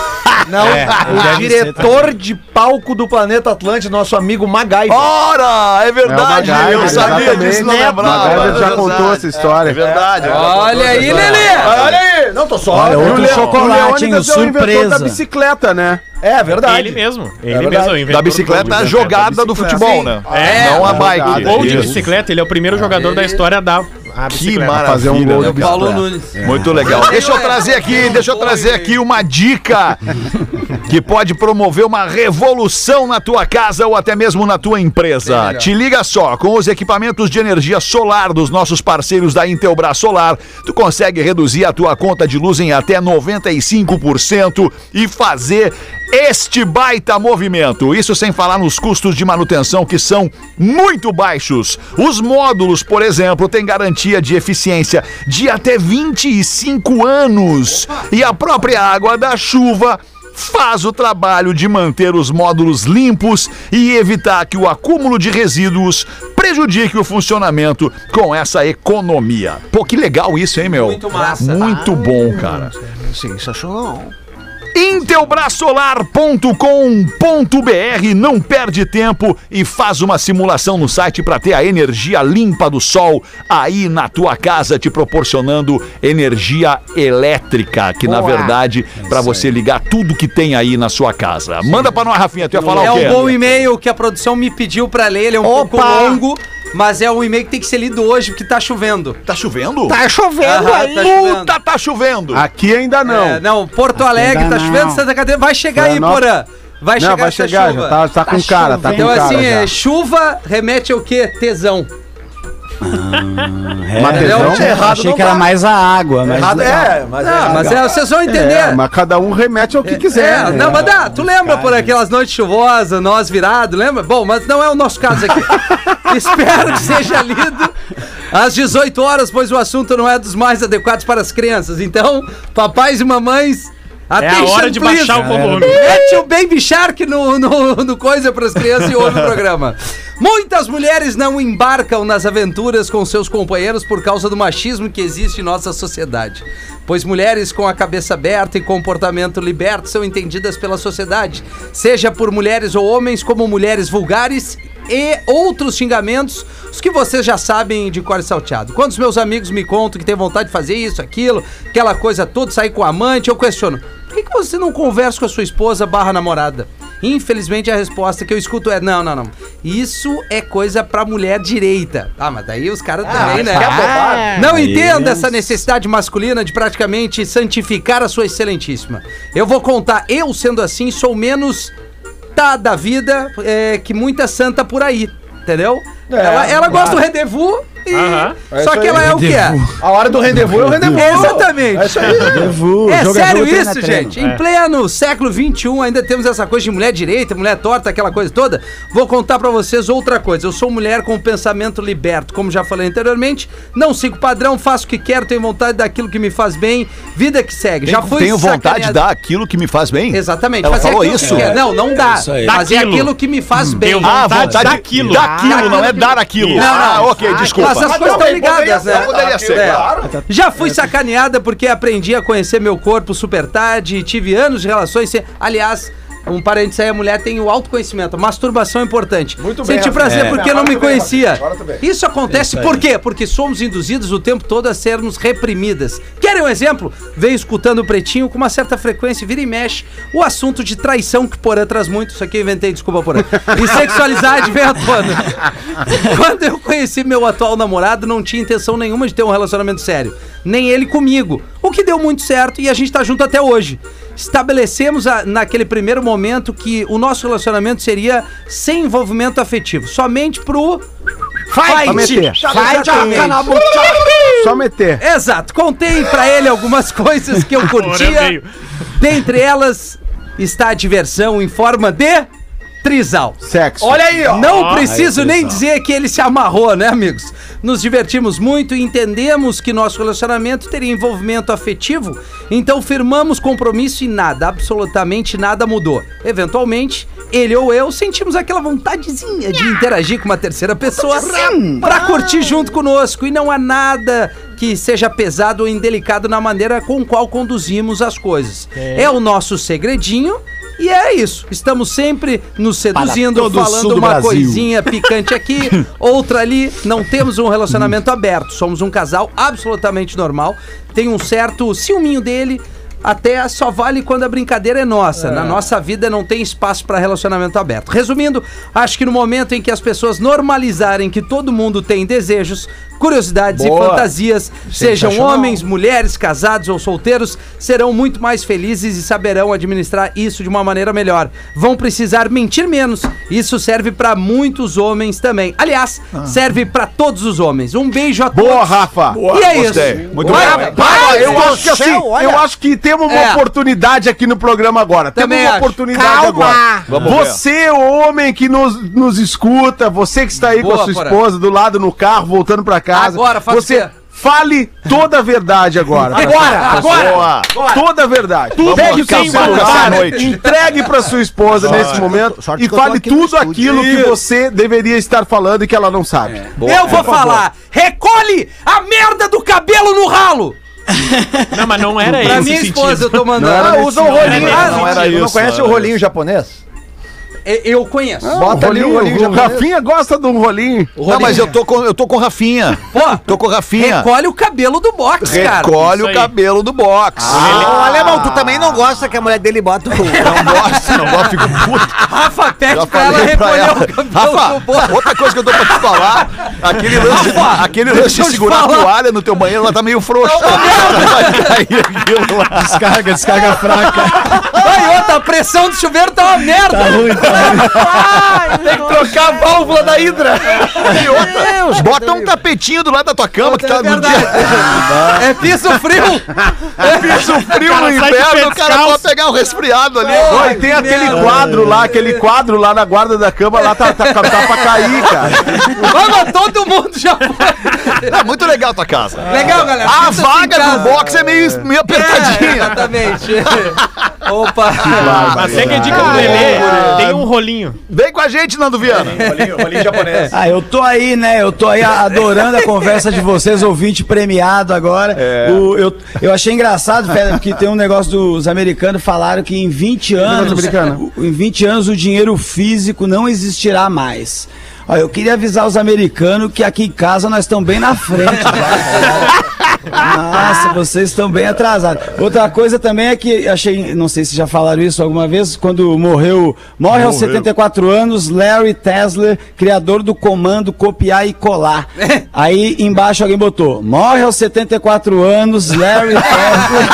[SPEAKER 9] Não. o Ah, diretor de palco do Planeta Atlântico, nosso amigo Magai.
[SPEAKER 4] Ora, é verdade.
[SPEAKER 7] É o Magaiva,
[SPEAKER 4] eu sabia
[SPEAKER 7] exatamente.
[SPEAKER 4] disso, não
[SPEAKER 9] Neto.
[SPEAKER 4] lembrava.
[SPEAKER 7] Magaiva já
[SPEAKER 4] É
[SPEAKER 7] contou
[SPEAKER 4] verdade.
[SPEAKER 7] essa história.
[SPEAKER 4] É verdade.
[SPEAKER 6] Olha aí, Lelê.
[SPEAKER 9] Olha aí! Não, tô só.
[SPEAKER 5] Olha,
[SPEAKER 7] E
[SPEAKER 5] outro
[SPEAKER 7] Leo-
[SPEAKER 5] chocolate, hein?
[SPEAKER 7] Leônidas é o inventor da
[SPEAKER 5] Surpresa.
[SPEAKER 7] bicicleta, né?
[SPEAKER 9] É verdade.
[SPEAKER 8] Ele mesmo. Ele
[SPEAKER 9] verdade.
[SPEAKER 8] mesmo. é o inventor
[SPEAKER 4] Da
[SPEAKER 8] do
[SPEAKER 4] bicicleta,
[SPEAKER 8] jogo,
[SPEAKER 4] a
[SPEAKER 8] né?
[SPEAKER 4] jogada do futebol,
[SPEAKER 9] Sim.
[SPEAKER 4] né?
[SPEAKER 8] É,
[SPEAKER 4] Não a
[SPEAKER 7] é
[SPEAKER 4] bike.
[SPEAKER 7] verdade.
[SPEAKER 8] Gol de
[SPEAKER 4] Isso.
[SPEAKER 8] bicicleta, ele é o
[SPEAKER 9] Ah,
[SPEAKER 8] primeiro jogador da história da a
[SPEAKER 4] Que
[SPEAKER 8] bicicleta.
[SPEAKER 4] maravilha. né?
[SPEAKER 7] Fazer um gol de
[SPEAKER 6] É o Paulo
[SPEAKER 7] bicicleta.
[SPEAKER 6] Nunes.
[SPEAKER 4] Muito legal. Deixa eu trazer aqui, deixa eu trazer aqui uma dica que pode promover uma revolução na tua casa ou até mesmo na tua empresa. Te liga só, com os equipamentos de energia solar dos nossos parceiros da Intelbras Solar, tu consegue reduzir a tua conta de luz em até 95% e fazer este baita movimento. Isso sem falar nos custos de manutenção que são muito baixos. Os módulos, por exemplo, têm garantia de eficiência de até 25 anos. E a própria água da chuva faz o trabalho de manter os módulos limpos e evitar que o acúmulo de resíduos prejudique o funcionamento com essa economia. Pô, que legal isso, hein, meu? Muito
[SPEAKER 6] massa.
[SPEAKER 4] Muito bom, cara.
[SPEAKER 3] Sensacional.
[SPEAKER 4] Intelbrasolar.com.br não perde tempo e faz uma simulação no site para ter a energia limpa do sol aí na tua casa, te proporcionando energia elétrica, que na verdade para você ligar tudo que tem aí na sua casa. Manda para nós, Rafinha, tu ia falar
[SPEAKER 6] É
[SPEAKER 4] o quê?
[SPEAKER 6] um bom e-mail que a produção me pediu pra ler, ele é um pouco longo, mas é um e-mail que tem que ser lido hoje porque tá chovendo.
[SPEAKER 4] Tá chovendo?
[SPEAKER 3] Tá chovendo
[SPEAKER 6] Aham,
[SPEAKER 3] aí.
[SPEAKER 6] tá chovendo.
[SPEAKER 4] Puta, tá chovendo.
[SPEAKER 7] Aqui ainda não.
[SPEAKER 6] É, não, Porto Alegre
[SPEAKER 5] Ainda
[SPEAKER 6] tá chovendo,
[SPEAKER 5] não.
[SPEAKER 6] Santa Catarina vai chegar aí,
[SPEAKER 7] Pra nós-
[SPEAKER 6] Porã. Vai
[SPEAKER 7] não,
[SPEAKER 6] chegar
[SPEAKER 7] vai
[SPEAKER 6] essa
[SPEAKER 7] chegar, já tá, tá com cara, tá com
[SPEAKER 6] Então
[SPEAKER 7] cara.
[SPEAKER 6] assim,
[SPEAKER 7] já.
[SPEAKER 6] é, chuva remete ao quê? Tesão.
[SPEAKER 7] Matezão?
[SPEAKER 6] Ele é
[SPEAKER 9] errado
[SPEAKER 5] achei
[SPEAKER 9] não
[SPEAKER 5] que era
[SPEAKER 9] dá.
[SPEAKER 5] mais a água, mas.
[SPEAKER 9] Errado, é, mas
[SPEAKER 6] Ah, mas é, vocês vão entender.
[SPEAKER 7] É, mas cada um remete ao que quiser.
[SPEAKER 6] É,
[SPEAKER 7] né?
[SPEAKER 6] não, mas dá, tu lembra por aquelas noites chuvosas, nós virados, lembra? Bom, mas não é o nosso
[SPEAKER 7] <laughs>
[SPEAKER 6] caso aqui. Espero que seja lido às 18 horas, pois o assunto não é dos mais adequados para as crianças. Então, papais e mamães,
[SPEAKER 8] É a hora de baixar o volume.
[SPEAKER 6] Mete o Baby Shark no, no, no coisa para as crianças e ouve o programa. Muitas mulheres não embarcam nas aventuras com seus companheiros por causa do machismo que existe em nossa sociedade. Pois mulheres com a cabeça aberta e comportamento liberto são entendidas pela sociedade, seja por mulheres ou homens, como mulheres vulgares e outros xingamentos, os que vocês já sabem de cor salteado. Quando os meus amigos me contam que têm vontade de fazer isso, aquilo, aquela coisa toda, sair com a amante, eu questiono, por que, que você não conversa com a sua esposa barra namorada? Infelizmente a resposta que eu escuto é, não, não, não, isso é coisa pra mulher direita. Ah, mas daí os caras também, né? Não entendo essa necessidade masculina de praticamente santificar a sua excelentíssima. Eu vou contar, eu sendo assim, sou menos tá da
[SPEAKER 9] É,
[SPEAKER 6] vida é, que muita santa por aí, entendeu? ela ela gosta do rendezvous, E-
[SPEAKER 8] Aham.
[SPEAKER 6] Só que ela é o que é?
[SPEAKER 9] A hora do rendezvous é o rendezvous.
[SPEAKER 6] Exatamente.
[SPEAKER 9] É isso aí.
[SPEAKER 5] Devo,
[SPEAKER 6] É
[SPEAKER 5] jogador
[SPEAKER 6] sério
[SPEAKER 5] treina,
[SPEAKER 6] isso,
[SPEAKER 5] treina.
[SPEAKER 6] gente?
[SPEAKER 4] é.
[SPEAKER 6] Em pleno século XXI, ainda temos essa coisa de mulher direita, mulher torta, aquela coisa toda. Vou contar pra vocês outra coisa. Eu sou mulher com pensamento liberto, como já falei anteriormente. Não sigo padrão, faço o que quero, tenho vontade daquilo que me faz bem. Vida que segue. já fui
[SPEAKER 4] Tenho vontade de
[SPEAKER 6] sacaneado-
[SPEAKER 4] dar aquilo que me faz bem.
[SPEAKER 6] Exatamente.
[SPEAKER 4] Ela
[SPEAKER 6] fazer
[SPEAKER 4] falou
[SPEAKER 6] aquilo
[SPEAKER 4] isso?
[SPEAKER 6] Que quer. Não, não dá.
[SPEAKER 5] isso aí. Hum.
[SPEAKER 6] Fazer
[SPEAKER 8] Daquilo.
[SPEAKER 6] aquilo que me faz bem.
[SPEAKER 4] Ah,
[SPEAKER 8] Vontade
[SPEAKER 4] vontade
[SPEAKER 8] daquilo.
[SPEAKER 4] Daquilo,
[SPEAKER 6] Daquilo
[SPEAKER 4] não é
[SPEAKER 6] que-
[SPEAKER 4] dar aquilo.
[SPEAKER 8] Isso.
[SPEAKER 4] Ah, ok, desculpa.
[SPEAKER 6] Mas as então coisas estão ligadas, né?
[SPEAKER 4] Poderia ser,
[SPEAKER 6] É.
[SPEAKER 4] claro.
[SPEAKER 6] Já fui sacaneada porque aprendi a conhecer meu corpo super tarde, tive anos de relações. sem- Aliás, um parente aí, a mulher tem o autoconhecimento. a Masturbação é importante.
[SPEAKER 9] Muito bem,
[SPEAKER 6] Senti
[SPEAKER 9] Rafa.
[SPEAKER 6] prazer
[SPEAKER 9] É.
[SPEAKER 6] porque
[SPEAKER 9] Agora
[SPEAKER 6] não me
[SPEAKER 9] tu bem, Rafa.
[SPEAKER 6] conhecia.
[SPEAKER 9] Agora tu bem.
[SPEAKER 6] Isso acontece por quê? Porque somos induzidos o tempo todo a sermos reprimidas. Querem um exemplo? Venho escutando o Pretinho com uma certa frequência, vira e mexe, o assunto de traição que Porã traz muito. Isso aqui eu inventei, desculpa, Porã. E sexualidade vem à tona. Quando eu conheci meu atual namorado, não tinha intenção nenhuma de ter um relacionamento sério. Nem ele comigo. O que deu muito certo e a gente tá junto até hoje. Estabelecemos a- naquele primeiro momento que o nosso relacionamento seria sem envolvimento afetivo, somente pro. Fight!
[SPEAKER 7] meter.
[SPEAKER 6] Exatamente.
[SPEAKER 7] Só meter.
[SPEAKER 6] <laughs> Exato. Contei pra ele algumas coisas que eu
[SPEAKER 8] Porã
[SPEAKER 6] curtia.
[SPEAKER 8] veio.
[SPEAKER 6] Dentre elas está a diversão em forma de trisal.
[SPEAKER 7] Sexo.
[SPEAKER 9] Olha aí, ó.
[SPEAKER 6] Não preciso nem dizer que ele se amarrou, né, amigos? Nos divertimos muito e entendemos que nosso relacionamento teria envolvimento afetivo, então firmamos compromisso e nada, absolutamente nada mudou. Eventualmente, ele ou eu sentimos aquela vontadezinha de interagir com uma terceira pessoa pra curtir junto conosco e não há nada que seja pesado ou indelicado na maneira com qual conduzimos as coisas. É o nosso segredinho e é isso. Estamos sempre nos seduzindo,
[SPEAKER 5] todo o sul
[SPEAKER 6] falando
[SPEAKER 5] do
[SPEAKER 6] uma
[SPEAKER 5] Brasil.
[SPEAKER 6] coisinha
[SPEAKER 5] <laughs>
[SPEAKER 6] picante aqui, outra ali. Não temos um relacionamento aberto. Somos um casal absolutamente normal. Tem um certo ciúminho dele. Até só vale quando a brincadeira é nossa. Na nossa vida não tem espaço para relacionamento aberto. Resumindo, acho que no momento em que as pessoas normalizarem que todo mundo tem desejos, curiosidades e fantasias, sejam homens, mulheres, casados ou solteiros, serão muito mais felizes e saberão administrar isso de uma maneira melhor. Vão precisar mentir menos. Isso serve pra muitos homens também. Aliás, serve pra todos os homens. Um beijo a
[SPEAKER 7] Boa,
[SPEAKER 6] todos.
[SPEAKER 7] Rafa.
[SPEAKER 6] e é
[SPEAKER 4] Gostei.
[SPEAKER 6] isso.
[SPEAKER 4] Muito
[SPEAKER 6] Vai,
[SPEAKER 4] bem.
[SPEAKER 7] Olha, eu acho que assim,
[SPEAKER 3] céu, olha.
[SPEAKER 7] eu acho que temos uma
[SPEAKER 6] É.
[SPEAKER 7] oportunidade aqui no programa agora.
[SPEAKER 6] Também
[SPEAKER 7] temos uma
[SPEAKER 6] acho.
[SPEAKER 7] oportunidade
[SPEAKER 3] Calma.
[SPEAKER 7] agora.
[SPEAKER 4] Vamos ver.
[SPEAKER 7] você, homem que nos, nos escuta, você que está aí com
[SPEAKER 6] Boa,
[SPEAKER 7] a sua
[SPEAKER 6] Porã.
[SPEAKER 7] esposa do lado no carro, voltando pra casa.
[SPEAKER 6] Agora, faça o
[SPEAKER 7] você
[SPEAKER 6] quê?
[SPEAKER 7] fale toda a verdade agora.
[SPEAKER 6] <laughs> Agora, é
[SPEAKER 7] agora.
[SPEAKER 4] Boa.
[SPEAKER 7] Toda a verdade. Tudo
[SPEAKER 4] Vamos
[SPEAKER 7] que o seu
[SPEAKER 4] acabar com essa
[SPEAKER 7] celular
[SPEAKER 4] noite.
[SPEAKER 7] entregue pra sua esposa nesse momento
[SPEAKER 9] sorte
[SPEAKER 7] e
[SPEAKER 9] que eu tô
[SPEAKER 7] fale
[SPEAKER 9] aqui no
[SPEAKER 7] tudo aquilo que
[SPEAKER 9] estúdio.
[SPEAKER 7] você deveria estar falando e que ela não sabe.
[SPEAKER 6] Eu vou falar. Recolhe a merda do cabelo no ralo.
[SPEAKER 8] Não, mas não era
[SPEAKER 6] Pra
[SPEAKER 8] esse
[SPEAKER 6] minha
[SPEAKER 8] sentido.
[SPEAKER 6] esposa eu tô mandando.
[SPEAKER 9] Ah, usa o
[SPEAKER 6] É,
[SPEAKER 9] rolinho.
[SPEAKER 8] Não era
[SPEAKER 9] Ah,
[SPEAKER 4] isso, não era
[SPEAKER 9] Tu não
[SPEAKER 4] isso,
[SPEAKER 9] conhece
[SPEAKER 4] não
[SPEAKER 9] o
[SPEAKER 4] era
[SPEAKER 9] rolinho japonês?
[SPEAKER 6] Eu- É, Eu conheço.
[SPEAKER 9] Bota ali o rolinho
[SPEAKER 7] O
[SPEAKER 9] japonês.
[SPEAKER 7] Rafinha gosta de um rolinho.
[SPEAKER 4] Não, mas eu tô com, eu tô com o Rafinha.
[SPEAKER 6] Pô,
[SPEAKER 4] Tô com o Rafinha.
[SPEAKER 6] recolhe o cabelo do box, cara.
[SPEAKER 4] Recolhe
[SPEAKER 8] isso
[SPEAKER 4] o
[SPEAKER 8] aí.
[SPEAKER 4] cabelo do box.
[SPEAKER 3] Ô, alemão, tu também não gosta que a mulher dele bota o.
[SPEAKER 4] Não gosto, não gosto, fico puto.
[SPEAKER 6] <laughs> Rafa, pede
[SPEAKER 4] Já
[SPEAKER 6] pra ela
[SPEAKER 4] falei pra
[SPEAKER 6] recolher
[SPEAKER 4] ela.
[SPEAKER 6] o cabelo do
[SPEAKER 4] Rafa,
[SPEAKER 6] box.
[SPEAKER 4] outra coisa que eu tô pra te falar, aquele lance, aquele lance de
[SPEAKER 6] eu te
[SPEAKER 4] segurar a
[SPEAKER 6] falar.
[SPEAKER 4] toalha no teu banheiro, ela tá meio frouxa. Vai cair aquilo lá.
[SPEAKER 5] Descarga, descarga fraca.
[SPEAKER 6] Ai, outra, a pressão do chuveiro tá uma merda.
[SPEAKER 4] tá
[SPEAKER 9] Tem que trocar a válvula da hidra.
[SPEAKER 4] <laughs> E outra, Bota um tapetinho do lado da tua cama que tá no dia.
[SPEAKER 6] É piso frio.
[SPEAKER 4] Piso frio
[SPEAKER 8] cara
[SPEAKER 4] no
[SPEAKER 8] sai de pé
[SPEAKER 4] inverno, <laughs> o cara
[SPEAKER 8] descalço.
[SPEAKER 4] pode pegar um resfriado ali.
[SPEAKER 7] Ô,
[SPEAKER 6] Ai,
[SPEAKER 7] e tem
[SPEAKER 6] que
[SPEAKER 7] aquele
[SPEAKER 6] merda.
[SPEAKER 7] quadro lá, aquele quadro lá na guarda da cama, lá tá, tá, tá, tá pra cair, cara.
[SPEAKER 6] Mano, todo mundo já foi.
[SPEAKER 4] É muito legal tua casa.
[SPEAKER 6] Legal, galera.
[SPEAKER 4] A
[SPEAKER 6] Sinta-se em
[SPEAKER 4] vaga
[SPEAKER 6] casa.
[SPEAKER 4] do box é meio, meio
[SPEAKER 6] É,
[SPEAKER 4] apertadinha.
[SPEAKER 6] exatamente. <laughs> Opa.
[SPEAKER 8] Mas segue a dica
[SPEAKER 4] Ah,
[SPEAKER 8] do Lelê.
[SPEAKER 4] é.
[SPEAKER 8] Tem um rolinho.
[SPEAKER 4] Vem com a gente, Nando Viana.
[SPEAKER 9] Rolinho, rolinho japonês.
[SPEAKER 5] Ah, eu tô aí, né? Eu tô aí adorando a conversa de vocês, ouvinte premiado agora. O- eu, eu achei engraçado, Fera, porque tem um negócio dos americanos falaram que em 20 anos,
[SPEAKER 7] americano?
[SPEAKER 5] o- em 20 anos o dinheiro físico não existirá mais. Ó, eu queria avisar os americanos que aqui em casa nós estamos bem na frente. Nossa, vocês estão bem atrasados. Outra coisa também é que achei, não sei se já falaram isso alguma vez, quando morreu, morre aos 74 anos, Larry Tesler, criador do comando copiar e colar. Aí embaixo alguém botou: "Morre aos 74 anos, Larry Tesler".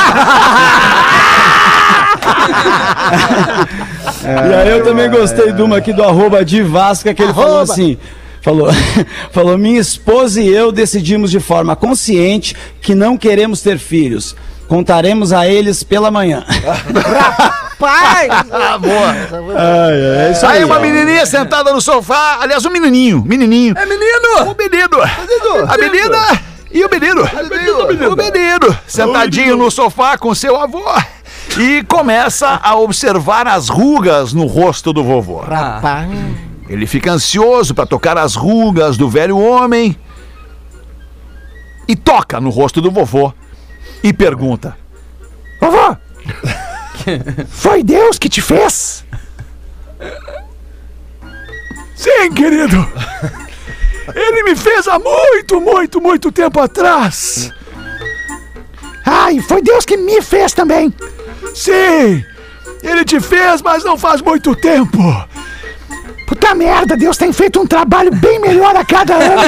[SPEAKER 5] E aí eu também gostei de uma aqui do arroba de Vasca que ele falou assim. Falou, <laughs> falou: minha esposa e eu decidimos de forma consciente que não queremos ter filhos. Contaremos a eles pela manhã.
[SPEAKER 3] Pai!
[SPEAKER 9] <laughs>
[SPEAKER 4] Ah, boa.
[SPEAKER 5] é, isso
[SPEAKER 4] Aí uma menininha sentada no sofá, aliás, um menininho, menininho.
[SPEAKER 6] É menino!
[SPEAKER 4] O menino. A menina e o menino. O menino sentadinho no sofá com seu avô. E começa a observar as rugas no rosto do vovô.
[SPEAKER 3] Pai.
[SPEAKER 4] Ele fica ansioso para tocar as rugas do velho homem e toca no rosto do vovô e pergunta: Vovô, foi Deus que te fez? Sim, querido. Ele me fez há muito, muito, muito tempo atrás. Ai, foi Deus que me fez também. Sim, ele te fez, mas não faz muito tempo. Puta merda, Deus tem feito um trabalho bem melhor a cada ano.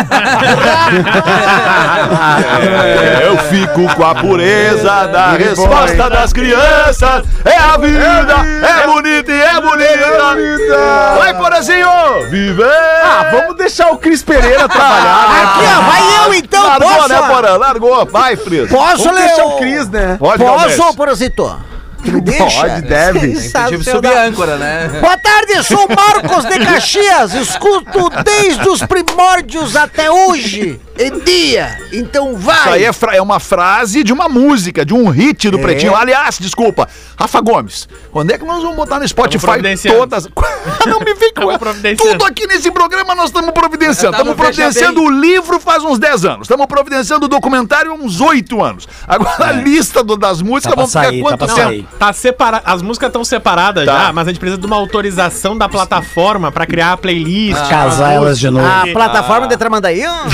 [SPEAKER 4] É, eu fico com a
[SPEAKER 7] É,
[SPEAKER 4] pureza da resposta das crianças. É a vida, é bonita e é bonita. Vai, Porazinho! Viver! Ah,
[SPEAKER 7] Vamos deixar o Cris Pereira trabalhar. né?
[SPEAKER 3] Aqui, ó, vai eu então,
[SPEAKER 4] Largou,
[SPEAKER 3] posso?
[SPEAKER 4] né, Porã? Largou. Vai, Fris.
[SPEAKER 3] Posso,
[SPEAKER 7] Vamos deixar
[SPEAKER 3] Léo?
[SPEAKER 7] o Cris, né?
[SPEAKER 4] Pode, Galvez.
[SPEAKER 3] Posso, ô, Porozito? Tu me deixa?
[SPEAKER 7] Pode, deve. Tem que
[SPEAKER 6] Tive que subir a âncora, né?
[SPEAKER 3] Boa tarde, sou Marcos de Caxias. Escuto desde os primórdios até hoje. E dia. Então vai.
[SPEAKER 4] Isso aí é, fra- é uma frase de uma música, de um hit
[SPEAKER 8] É.
[SPEAKER 4] do Pretinho. Aliás, desculpa, Rafa Gomes, quando é que nós vamos botar no Spotify
[SPEAKER 8] providenciando.
[SPEAKER 4] todas... <laughs> Não me vem com
[SPEAKER 8] Tamo providenciando.
[SPEAKER 4] Tudo aqui nesse programa nós estamos providenciando.
[SPEAKER 6] Tamo,
[SPEAKER 4] Estamos providenciando
[SPEAKER 6] veja
[SPEAKER 4] o livro faz uns 10 anos. Estamos providenciando o documentário há uns 8 anos. Agora a lista do- das músicas
[SPEAKER 5] pra
[SPEAKER 4] vamos ficar
[SPEAKER 5] sair, É. tá
[SPEAKER 4] quanto
[SPEAKER 5] pra
[SPEAKER 4] tempo?
[SPEAKER 5] sair.
[SPEAKER 8] Tá separa... As músicas estão separadas
[SPEAKER 4] Tá.
[SPEAKER 8] já, mas a gente precisa de uma autorização da plataforma pra criar a playlist.
[SPEAKER 9] Ah.
[SPEAKER 8] Ah,
[SPEAKER 5] Casar elas de novo.
[SPEAKER 3] A
[SPEAKER 6] Ah.
[SPEAKER 3] plataforma de Tramandaí? Ah,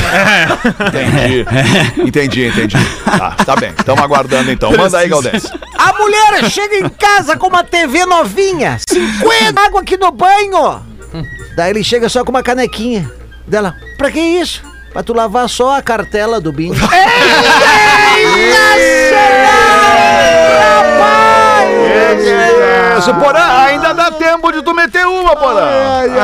[SPEAKER 3] ó.
[SPEAKER 4] <laughs> Entendi. entendi, entendi. Tá, tá bem. Estamos aguardando então. Manda aí, Galdés.
[SPEAKER 3] A mulher chega em casa com uma TV novinha, 50 água aqui no banho. Daí ele chega só com uma canequinha. Dela, pra que isso? Pra tu lavar só a cartela do bingo.
[SPEAKER 4] Isso, Porã, ainda dá tempo de tu meter uma, Porã.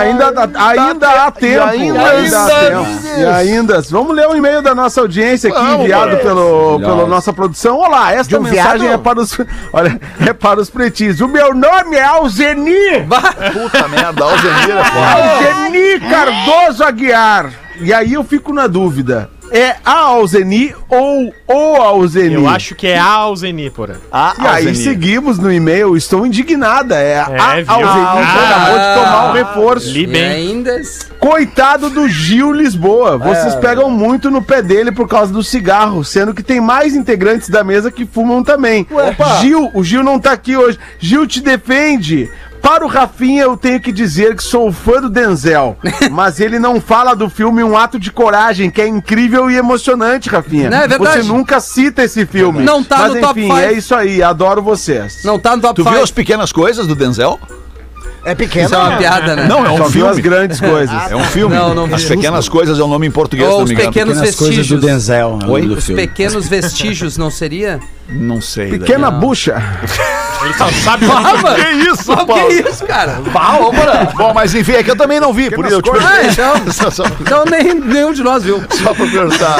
[SPEAKER 7] Ainda, dá- ainda há tempo.
[SPEAKER 4] ainda-
[SPEAKER 7] há
[SPEAKER 4] ainda-
[SPEAKER 7] tempo. E ainda. Vamos ler o e-mail da nossa audiência aqui,
[SPEAKER 4] Vamos,
[SPEAKER 7] enviado
[SPEAKER 4] Boris.
[SPEAKER 7] pelo, pela nossa produção. Olá, esta
[SPEAKER 3] um
[SPEAKER 7] mensagem
[SPEAKER 3] viado?
[SPEAKER 7] é para os. <laughs> Olha, é para os pretinhos. O meu nome é Alzenir.
[SPEAKER 4] Puta merda, é Alzenira, porra.
[SPEAKER 7] Alzeni Cardoso Aguiar. E aí eu fico na dúvida. É a Alzeni ou o Alzeni?
[SPEAKER 8] Eu acho que é a Alzeni, porra.
[SPEAKER 7] E aí seguimos no e-mail, estou indignada. É, a Alzeni
[SPEAKER 8] Ah, viu? Ah,
[SPEAKER 7] que acabou de tomar o reforço.
[SPEAKER 8] Li
[SPEAKER 6] E
[SPEAKER 8] bem.
[SPEAKER 6] ainda.
[SPEAKER 7] Coitado do Gil Lisboa.
[SPEAKER 6] É.
[SPEAKER 7] Vocês pegam muito no pé dele por causa do cigarro, sendo que tem mais integrantes da mesa que fumam também. Gil, o Gil não tá aqui hoje. Gil te defende. Para o Rafinha, eu tenho que dizer que sou fã do
[SPEAKER 6] <laughs>
[SPEAKER 7] Denzel. mas ele não fala do filme Um Ato de Coragem, que é incrível e emocionante, Rafinha.
[SPEAKER 6] Não, é verdade.
[SPEAKER 7] Você nunca cita esse filme.
[SPEAKER 6] Não tá
[SPEAKER 7] mas,
[SPEAKER 6] no
[SPEAKER 7] enfim,
[SPEAKER 6] top five.
[SPEAKER 7] é isso aí. Adoro vocês.
[SPEAKER 6] Não tá no top
[SPEAKER 4] Tu viu
[SPEAKER 6] 5.
[SPEAKER 4] as pequenas coisas do Denzel?
[SPEAKER 3] É pequeno.
[SPEAKER 6] Isso é uma piada, né?
[SPEAKER 4] Não, é
[SPEAKER 7] Só
[SPEAKER 4] um
[SPEAKER 7] viu as
[SPEAKER 4] filme.
[SPEAKER 7] grandes coisas.
[SPEAKER 4] É um filme.
[SPEAKER 6] Não, não vi.
[SPEAKER 4] As pequenas coisas é o nome em português,
[SPEAKER 6] Ou
[SPEAKER 4] se não
[SPEAKER 6] os
[SPEAKER 4] me engano.
[SPEAKER 6] pequenos
[SPEAKER 5] Pequenas coisas do
[SPEAKER 6] vestígios.
[SPEAKER 5] Denzel. é o nome do
[SPEAKER 6] Os
[SPEAKER 5] filme.
[SPEAKER 6] pequenos vestígios,
[SPEAKER 4] <laughs>
[SPEAKER 6] não seria?
[SPEAKER 4] Não sei. Daniel.
[SPEAKER 7] Pequena bucha.
[SPEAKER 8] Ele só
[SPEAKER 9] <laughs>
[SPEAKER 8] sabe o
[SPEAKER 6] Ah, mano,
[SPEAKER 4] Que isso,
[SPEAKER 6] o que
[SPEAKER 4] Paulo?
[SPEAKER 6] é isso, cara?
[SPEAKER 4] Pau, ô, Porã. <laughs> Bom, mas enfim, é que eu também não vi, por isso eu te
[SPEAKER 6] Ah,
[SPEAKER 4] perguntei.
[SPEAKER 6] então,
[SPEAKER 4] <laughs> Só, só,
[SPEAKER 6] então nem, nenhum de nós viu.
[SPEAKER 4] só pra perguntar.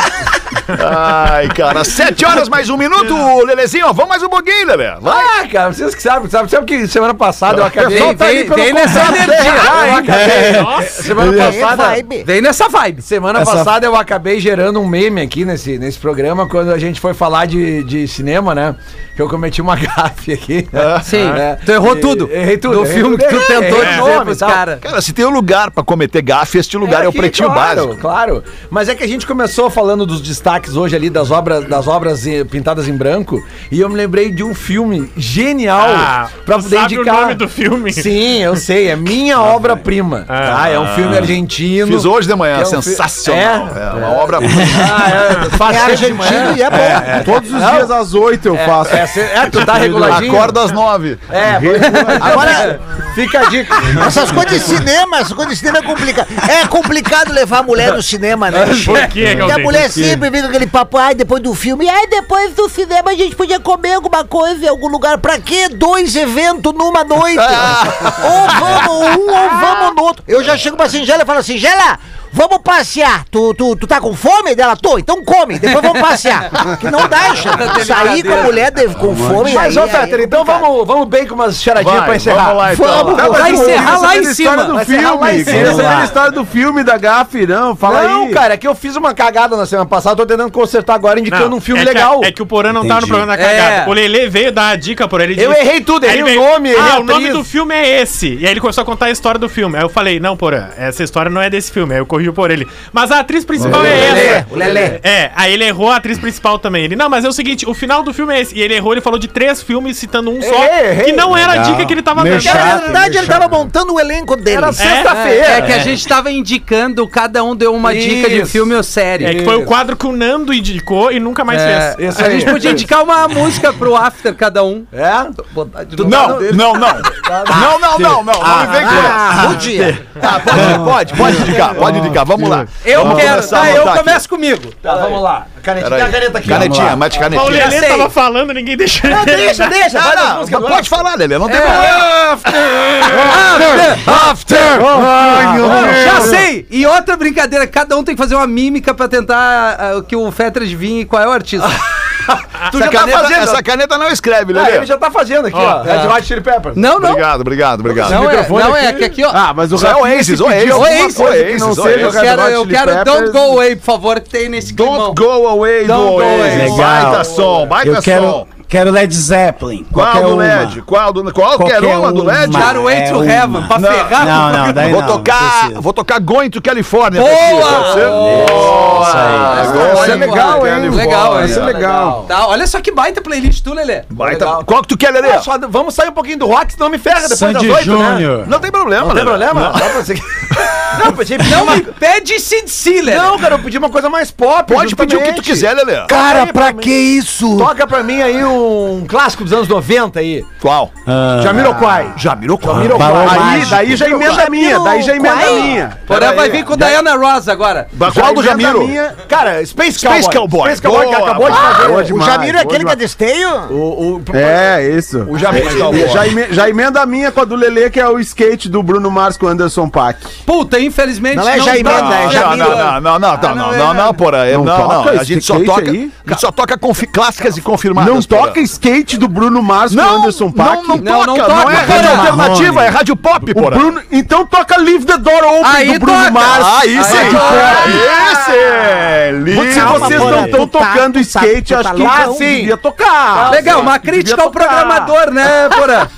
[SPEAKER 4] Ai, cara, sete horas mais um minuto, Lelezinho. Vamos mais um pouquinho, Lele. Vai.
[SPEAKER 9] Ah, cara, vocês que sabem, sabe, sabe que semana passada eu acabei.
[SPEAKER 6] Vem, vem, vem nessa energia.
[SPEAKER 9] <laughs> Eu acabei- Semana
[SPEAKER 3] É
[SPEAKER 9] passada,
[SPEAKER 3] vibe.
[SPEAKER 6] Vem nessa vibe.
[SPEAKER 9] semana
[SPEAKER 5] Essa-
[SPEAKER 9] passada eu acabei gerando um meme aqui nesse, nesse programa quando a gente foi falar de, de cinema, né? Que eu cometi uma <laughs> gafe aqui.
[SPEAKER 6] Sim,
[SPEAKER 9] É.
[SPEAKER 6] tu errou
[SPEAKER 9] E-
[SPEAKER 6] tudo.
[SPEAKER 9] errei tudo,
[SPEAKER 6] Do
[SPEAKER 9] errei
[SPEAKER 6] filme
[SPEAKER 9] tudo.
[SPEAKER 6] que tu tentou
[SPEAKER 4] É,
[SPEAKER 9] Errei
[SPEAKER 6] dizer
[SPEAKER 9] nome
[SPEAKER 6] pros
[SPEAKER 9] e tal.
[SPEAKER 6] caras.
[SPEAKER 4] Cara, se tem um lugar pra cometer gafe, este lugar é, o
[SPEAKER 9] aqui,
[SPEAKER 4] pretinho
[SPEAKER 9] claro,
[SPEAKER 4] básico.
[SPEAKER 9] Claro, mas é que a gente começou falando dos destaques hoje ali das obras, das obras eh, pintadas em branco e eu me lembrei de um filme genial
[SPEAKER 8] Ah,
[SPEAKER 9] pra
[SPEAKER 8] tu
[SPEAKER 9] poder
[SPEAKER 8] sabe o
[SPEAKER 9] indicar.
[SPEAKER 8] nome do filme?
[SPEAKER 9] Sim, eu sei, é minha obra-prima. Ah, é um filme argentino.
[SPEAKER 4] Fiz hoje de manhã,
[SPEAKER 9] É um fi-
[SPEAKER 4] sensacional.
[SPEAKER 9] É?
[SPEAKER 4] É, uma obra.
[SPEAKER 9] Ah, é, faz
[SPEAKER 3] É
[SPEAKER 9] sempre de manhã.
[SPEAKER 3] argentino e é bom.
[SPEAKER 7] Todos os
[SPEAKER 9] Não.
[SPEAKER 7] dias às oito eu faço.
[SPEAKER 9] É, cê- é, tu tá reguladinho?
[SPEAKER 4] Acorda às nove.
[SPEAKER 9] É, pois- agora fica a dica.
[SPEAKER 3] Essas coisas de cinema, essas coisas de cinema é complicado. É complicado levar a mulher no cinema, né?
[SPEAKER 8] Por quê,
[SPEAKER 3] Porque a
[SPEAKER 8] Galdês?
[SPEAKER 9] é
[SPEAKER 3] mulher sempre vem com aquele papo, ai, depois do filme, ai, depois do cinema a gente podia comer alguma coisa em algum lugar. Pra quê? Dois eventos
[SPEAKER 8] <laughs>
[SPEAKER 3] numa noite. ou vamos um, ou vamos no outro. Eu já chego pra Singela e falo, Singela, vamos passear. Tu, tu, tu tá com fome? Dela, tô, então come, depois vamos passear. que
[SPEAKER 8] <laughs>
[SPEAKER 3] não dá, gente. Sair com a mulher de- com fome.
[SPEAKER 9] Mas,
[SPEAKER 3] aí-
[SPEAKER 9] ô, Fetter,
[SPEAKER 3] aí-
[SPEAKER 7] tá
[SPEAKER 9] então vamos, vamos bem com umas charadinhas
[SPEAKER 4] Vai,
[SPEAKER 9] pra encerrar.
[SPEAKER 4] vamos lá, então.
[SPEAKER 9] Vamos,
[SPEAKER 4] Tá,
[SPEAKER 9] vamos.
[SPEAKER 6] Vai encerrar lá em
[SPEAKER 7] história
[SPEAKER 6] cima.
[SPEAKER 7] do
[SPEAKER 9] Vai
[SPEAKER 7] filme.
[SPEAKER 9] encerrar lá em cima.
[SPEAKER 7] Queria saber a história do filme da Gaf, não. Fala
[SPEAKER 9] não,
[SPEAKER 7] aí.
[SPEAKER 9] cara, é que eu fiz uma cagada na semana passada, tô tentando consertar agora, indicando um filme
[SPEAKER 8] é que a-
[SPEAKER 9] legal.
[SPEAKER 8] é que o Porã não tá no
[SPEAKER 9] Entendi.
[SPEAKER 8] programa da cagada.
[SPEAKER 6] É.
[SPEAKER 8] O Lele veio dar a dica por ele.
[SPEAKER 9] Eu errei tudo,
[SPEAKER 8] Aí
[SPEAKER 9] errei
[SPEAKER 8] ele
[SPEAKER 9] o
[SPEAKER 8] veio,
[SPEAKER 9] nome, errei
[SPEAKER 8] Ah,
[SPEAKER 9] a
[SPEAKER 8] o nome
[SPEAKER 9] atriz."
[SPEAKER 8] do filme é esse. E aí ele começou a contar a história do filme. Aí eu falei, não, Porã, essa história não é desse filme. Aí eu corri por ele. Mas a atriz principal é essa.
[SPEAKER 9] o Lelé.
[SPEAKER 8] É, aí ele errou a atriz principal também. Ele, não, mas é o seguinte, o final do filme é esse. E ele errou, ele falou de três filmes, citando um só,
[SPEAKER 9] Errei, errei.
[SPEAKER 8] que não era a dica que ele tava dando. É,
[SPEAKER 3] Porque, na verdade,
[SPEAKER 9] tá
[SPEAKER 3] ele tava montando o elenco dele.
[SPEAKER 9] Sexta-feira.
[SPEAKER 6] É que a gente tava indicando, cada um deu uma dica de
[SPEAKER 9] Isso.
[SPEAKER 6] filme ou série.
[SPEAKER 8] É que foi o quadro que o Nando indicou e nunca mais
[SPEAKER 6] É,
[SPEAKER 8] fez.
[SPEAKER 9] Isso
[SPEAKER 6] a
[SPEAKER 9] aí.
[SPEAKER 6] gente podia indicar uma música pro after, cada um.
[SPEAKER 9] É?
[SPEAKER 6] Botar de novo.
[SPEAKER 4] Não, Ah, não, não. Não, não, não, não. Não me vem com essa.
[SPEAKER 3] Ah, podia.
[SPEAKER 4] Tá, é. pode, pode, pode indicar, pode indicar. Vamos lá.
[SPEAKER 6] Eu
[SPEAKER 4] Vamos
[SPEAKER 6] quero,
[SPEAKER 4] começar a
[SPEAKER 6] tá? Eu
[SPEAKER 4] botar aqui.
[SPEAKER 6] começo comigo.
[SPEAKER 9] Tá, vamos lá. Canetinha,
[SPEAKER 4] Peraí.
[SPEAKER 9] a caneta aqui.
[SPEAKER 4] Canetinha,
[SPEAKER 9] Vamos lá.
[SPEAKER 4] mate
[SPEAKER 8] Mas o
[SPEAKER 4] canetinha.
[SPEAKER 8] Lelê
[SPEAKER 6] sei.
[SPEAKER 8] tava falando, ninguém deixou ele
[SPEAKER 9] Não, deixa, deixa. vai na
[SPEAKER 4] Ah,
[SPEAKER 9] música
[SPEAKER 4] não,
[SPEAKER 9] do
[SPEAKER 4] mas pode falar, Lelê, não tem problema.
[SPEAKER 6] After!
[SPEAKER 4] After!
[SPEAKER 7] Ah,
[SPEAKER 6] Já sei! E outra brincadeira, cada um tem que fazer uma mímica pra tentar ah, que o Fetter adivinhe qual é o artista.
[SPEAKER 4] <laughs> Tu já tá
[SPEAKER 9] caneta-
[SPEAKER 4] fazendo. Essa caneta não escreve,
[SPEAKER 9] Ah, ele
[SPEAKER 4] Lelê.
[SPEAKER 9] já tá fazendo aqui, ó. É de White Chili Peppers.
[SPEAKER 6] Não, não.
[SPEAKER 4] Obrigado, obrigado, obrigado.
[SPEAKER 6] Não, é,
[SPEAKER 7] microfone
[SPEAKER 6] não é
[SPEAKER 7] aqui-
[SPEAKER 6] que aqui, ó.
[SPEAKER 7] Ah, mas o
[SPEAKER 4] Isso é
[SPEAKER 7] Rafinha
[SPEAKER 4] Oasis,
[SPEAKER 7] se pediu
[SPEAKER 4] Oasis,
[SPEAKER 7] alguma
[SPEAKER 6] Oasis,
[SPEAKER 7] coisa que não
[SPEAKER 4] Oasis,
[SPEAKER 7] seja
[SPEAKER 6] eu
[SPEAKER 4] Oasis.
[SPEAKER 7] Red
[SPEAKER 6] quero,
[SPEAKER 7] Hot
[SPEAKER 6] eu
[SPEAKER 7] Chili
[SPEAKER 6] quero Don't
[SPEAKER 7] Peppers.
[SPEAKER 6] Go Away, por favor, que tem nesse climão.
[SPEAKER 4] Don't go away do
[SPEAKER 6] Don't go
[SPEAKER 4] Oasis.
[SPEAKER 6] away.
[SPEAKER 4] Baita
[SPEAKER 5] Legal.
[SPEAKER 4] som, baita
[SPEAKER 5] Eu quero,
[SPEAKER 4] som.
[SPEAKER 5] quero Led Zeppelin.
[SPEAKER 4] Qual
[SPEAKER 5] Qualquer
[SPEAKER 4] do
[SPEAKER 5] uma.
[SPEAKER 4] LED? Qual do Qualquer
[SPEAKER 5] Qualquer
[SPEAKER 4] uma do
[SPEAKER 5] uma.
[SPEAKER 4] LED?
[SPEAKER 5] Cara,
[SPEAKER 6] Way
[SPEAKER 5] É
[SPEAKER 6] to
[SPEAKER 5] uma.
[SPEAKER 6] Heaven, pra
[SPEAKER 4] Não,
[SPEAKER 6] ferrar
[SPEAKER 5] Não, não, daí
[SPEAKER 4] Vou
[SPEAKER 5] Tá não.
[SPEAKER 4] tocar,
[SPEAKER 5] não
[SPEAKER 4] vou tocar Going to California.
[SPEAKER 6] Boa!
[SPEAKER 4] pode ser?
[SPEAKER 5] Isso aí.
[SPEAKER 4] Agora isso
[SPEAKER 6] Olha,
[SPEAKER 4] é legal,
[SPEAKER 6] boa,
[SPEAKER 4] hein?
[SPEAKER 6] Legal,
[SPEAKER 4] Isso é
[SPEAKER 6] legal. Tá, olha só que baita playlist tu, Lelê.
[SPEAKER 4] Baita. tá- Qual que tu quer, Lelê?
[SPEAKER 9] Ah, só- vamos sair um pouquinho do rock, senão me ferra depois
[SPEAKER 5] Sandy
[SPEAKER 9] das oito, né?
[SPEAKER 5] Júnior.
[SPEAKER 4] Não tem problema,
[SPEAKER 9] Não tem
[SPEAKER 4] Lelê.
[SPEAKER 9] problema? Não, pra você... não, você
[SPEAKER 6] Não me pede CDC, Lelê.
[SPEAKER 9] Não, cara, eu pedi uma coisa mais pop.
[SPEAKER 4] Pode pedir o que
[SPEAKER 9] justamente.
[SPEAKER 4] tu quiser, Lelê.
[SPEAKER 9] Cara, pra
[SPEAKER 3] que isso?
[SPEAKER 9] Toca pra mim aí um clássico dos anos 90 aí.
[SPEAKER 4] Qual?
[SPEAKER 9] Jamiroquai.
[SPEAKER 4] Jamiroquai.
[SPEAKER 5] Balão
[SPEAKER 7] Aí,
[SPEAKER 5] mágico.
[SPEAKER 7] daí já emenda a minha, daí já emenda a minha.
[SPEAKER 6] Porém, vai vir com Diana Ross agora.
[SPEAKER 4] Ba- Qual do
[SPEAKER 7] Já emenda
[SPEAKER 4] Jamiro?
[SPEAKER 7] a minha.
[SPEAKER 9] Cara, Space Cowboy.
[SPEAKER 4] Space Cowboy.
[SPEAKER 9] Space Cowboy que
[SPEAKER 4] Boa,
[SPEAKER 9] acabou de fazer.
[SPEAKER 7] Ah, boa
[SPEAKER 9] o-
[SPEAKER 7] demais.
[SPEAKER 3] O Jamiro é
[SPEAKER 7] Boa
[SPEAKER 3] aquele que é desteio?
[SPEAKER 9] O, o,
[SPEAKER 7] É, isso.
[SPEAKER 9] o Jamiro.
[SPEAKER 7] Já, eme- já emenda a minha com a do Lelê, que é o skate do Bruno Mars com o Anderson Paak.
[SPEAKER 6] Puta, infelizmente
[SPEAKER 3] Não é
[SPEAKER 6] não
[SPEAKER 3] Jaime,
[SPEAKER 6] dá.
[SPEAKER 3] né?
[SPEAKER 4] Não,
[SPEAKER 3] Já
[SPEAKER 4] não,
[SPEAKER 3] virou.
[SPEAKER 4] não, não, não, não, não, não, não, não, porra. eu-
[SPEAKER 7] Não
[SPEAKER 4] Não, não,
[SPEAKER 7] toca
[SPEAKER 4] a gente
[SPEAKER 7] esse
[SPEAKER 4] só
[SPEAKER 7] skate
[SPEAKER 4] toca,
[SPEAKER 7] aí?
[SPEAKER 4] a gente só toca confi- clássicas e confirmadas.
[SPEAKER 7] Não
[SPEAKER 4] porra.
[SPEAKER 7] toca skate do Bruno Mars com
[SPEAKER 4] Não,
[SPEAKER 7] o Anderson Paak.
[SPEAKER 4] não, não,
[SPEAKER 6] Não, não
[SPEAKER 4] toca, não,
[SPEAKER 6] toca,
[SPEAKER 4] é
[SPEAKER 6] porra.
[SPEAKER 4] rádio alternativa, é rádio pop,
[SPEAKER 7] O
[SPEAKER 4] porra.
[SPEAKER 7] Bruno- então toca Leave the Door Open
[SPEAKER 6] Aí
[SPEAKER 7] do Bruno
[SPEAKER 6] toca. Ah,
[SPEAKER 7] Mars.
[SPEAKER 4] Ah, Aí sim,
[SPEAKER 7] Rádio
[SPEAKER 4] aí
[SPEAKER 7] pop.
[SPEAKER 4] sim.
[SPEAKER 7] Vou- é. Se
[SPEAKER 4] Calma,
[SPEAKER 7] vocês
[SPEAKER 4] porra.
[SPEAKER 7] não estão
[SPEAKER 3] Tu tá-
[SPEAKER 7] tocando
[SPEAKER 3] tu tá-
[SPEAKER 7] skate,
[SPEAKER 3] tu tá
[SPEAKER 7] acho que
[SPEAKER 3] loucão,
[SPEAKER 7] não devia tocar.
[SPEAKER 6] Legal, uma
[SPEAKER 7] Acho que devia
[SPEAKER 6] crítica ao
[SPEAKER 7] tocar.
[SPEAKER 6] programador, né, Porã?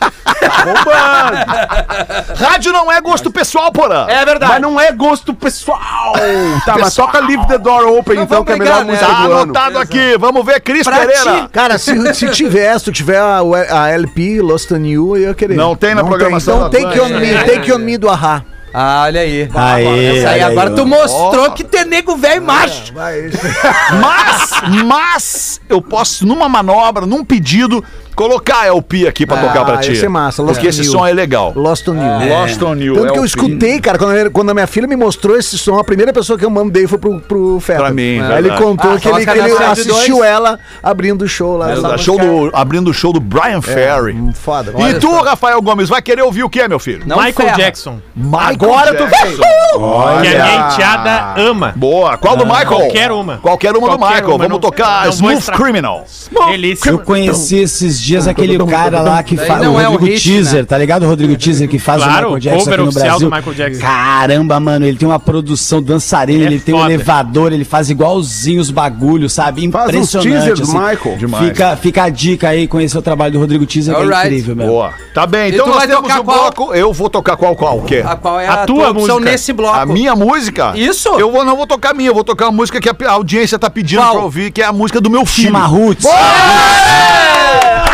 [SPEAKER 7] Bombando.
[SPEAKER 4] Rádio não é gosto pessoal, porra.
[SPEAKER 9] É verdade.
[SPEAKER 7] Mas não é gosto pessoal. Tá, mas
[SPEAKER 4] Pessoal.
[SPEAKER 7] toca Leave the Door Open,
[SPEAKER 6] Não
[SPEAKER 7] então,
[SPEAKER 6] vamos
[SPEAKER 7] que é a
[SPEAKER 6] brigar,
[SPEAKER 7] melhor
[SPEAKER 6] né?
[SPEAKER 7] música
[SPEAKER 4] Tá
[SPEAKER 7] do ano.
[SPEAKER 4] anotado aqui, vamos ver, Cris
[SPEAKER 6] Pra
[SPEAKER 4] Pereira.
[SPEAKER 6] ti.
[SPEAKER 10] Cara, se, se tiver, se tu tiver a, a LP Lost on You, eu ia querer.
[SPEAKER 4] Não tem na programação
[SPEAKER 10] Então
[SPEAKER 4] da É.
[SPEAKER 10] tem que on me, tem que on me do Ahá.
[SPEAKER 6] Ah, olha aí.
[SPEAKER 5] Aê,
[SPEAKER 6] Essa aí,
[SPEAKER 5] olha aí,
[SPEAKER 6] agora
[SPEAKER 5] ó.
[SPEAKER 6] tu mostrou que tem nego velho macho.
[SPEAKER 4] Mas, mas, eu posso, numa manobra, num pedido, colocar a LP aqui pra tocar pra ti.
[SPEAKER 10] Ah, ia ser massa, Lost
[SPEAKER 4] Porque esse
[SPEAKER 10] on You.
[SPEAKER 4] som é legal.
[SPEAKER 10] Lost on You.
[SPEAKER 4] Lost on You. é
[SPEAKER 10] Tanto que
[SPEAKER 4] LP.
[SPEAKER 10] eu escutei, cara, quando a, quando a minha filha me mostrou esse som, a primeira pessoa que eu mandei foi pro, pro Feta.
[SPEAKER 4] Pra
[SPEAKER 10] Aí
[SPEAKER 4] mim,
[SPEAKER 10] ele
[SPEAKER 4] verdade.
[SPEAKER 10] contou
[SPEAKER 6] Ah,
[SPEAKER 10] que ele,
[SPEAKER 6] toca
[SPEAKER 10] que ele
[SPEAKER 6] na 102.
[SPEAKER 10] assistiu ela abrindo o show lá.
[SPEAKER 4] Verdade. Tá, Show do, abrindo o show do
[SPEAKER 10] É.
[SPEAKER 4] Brian Ferry.
[SPEAKER 10] Foda.
[SPEAKER 4] E tu, Rafael Gomes, vai querer ouvir o que, meu filho?
[SPEAKER 6] Não
[SPEAKER 8] Michael
[SPEAKER 6] ferra.
[SPEAKER 8] Jackson,
[SPEAKER 4] Agora tu fez.
[SPEAKER 8] que a minha enteada ama.
[SPEAKER 4] Boa. Qual do Michael?
[SPEAKER 8] Ah, Qualquer uma.
[SPEAKER 4] Qualquer uma do
[SPEAKER 8] Qualquer
[SPEAKER 4] Michael.
[SPEAKER 8] uma,
[SPEAKER 4] Vamos
[SPEAKER 8] não-
[SPEAKER 4] tocar
[SPEAKER 8] não vou
[SPEAKER 4] Smooth
[SPEAKER 8] extra-
[SPEAKER 4] Criminal.
[SPEAKER 8] Delícia.
[SPEAKER 5] Eu conheci esses dias aquele cara lá que
[SPEAKER 6] Daí
[SPEAKER 5] fala,
[SPEAKER 6] não
[SPEAKER 5] o
[SPEAKER 6] é o
[SPEAKER 5] Rodrigo
[SPEAKER 6] hit,
[SPEAKER 5] Teaser,
[SPEAKER 6] né?
[SPEAKER 5] tá ligado? O Rodrigo Teaser que faz
[SPEAKER 8] Claro,
[SPEAKER 5] o Michael Jackson
[SPEAKER 8] cover
[SPEAKER 5] aqui no
[SPEAKER 8] oficial
[SPEAKER 5] Brasil.
[SPEAKER 8] do Michael Jackson.
[SPEAKER 5] Caramba, mano, ele tem uma produção dançarina,
[SPEAKER 8] é Ele é
[SPEAKER 5] ele tem um
[SPEAKER 8] foda.
[SPEAKER 5] elevador, ele faz igualzinho os bagulhos, sabe?
[SPEAKER 7] Faz uns
[SPEAKER 5] Impressionante.
[SPEAKER 7] teasers do
[SPEAKER 5] assim.
[SPEAKER 7] Michael.
[SPEAKER 5] Fica, fica a dica aí, conhecer o trabalho do Rodrigo Teaser, que é
[SPEAKER 6] Alright.
[SPEAKER 5] incrível, mesmo.
[SPEAKER 4] Boa. Tá bem.
[SPEAKER 6] E
[SPEAKER 4] Então
[SPEAKER 6] tu
[SPEAKER 4] nós
[SPEAKER 6] vai
[SPEAKER 4] temos
[SPEAKER 6] tocar
[SPEAKER 4] o
[SPEAKER 6] qual?
[SPEAKER 4] bloco. Eu vou tocar qual, qual? O quê?
[SPEAKER 6] A qual é
[SPEAKER 8] A
[SPEAKER 6] a,
[SPEAKER 8] tua
[SPEAKER 6] tua opção
[SPEAKER 8] música.
[SPEAKER 6] nesse bloco?
[SPEAKER 4] A minha música?
[SPEAKER 6] Isso?
[SPEAKER 4] Eu vou, não vou tocar a minha, eu vou tocar a música que a audiência tá pedindo
[SPEAKER 6] Qual?
[SPEAKER 4] pra ouvir, que é a música do meu filho.
[SPEAKER 5] Chimarruts.
[SPEAKER 8] Ah!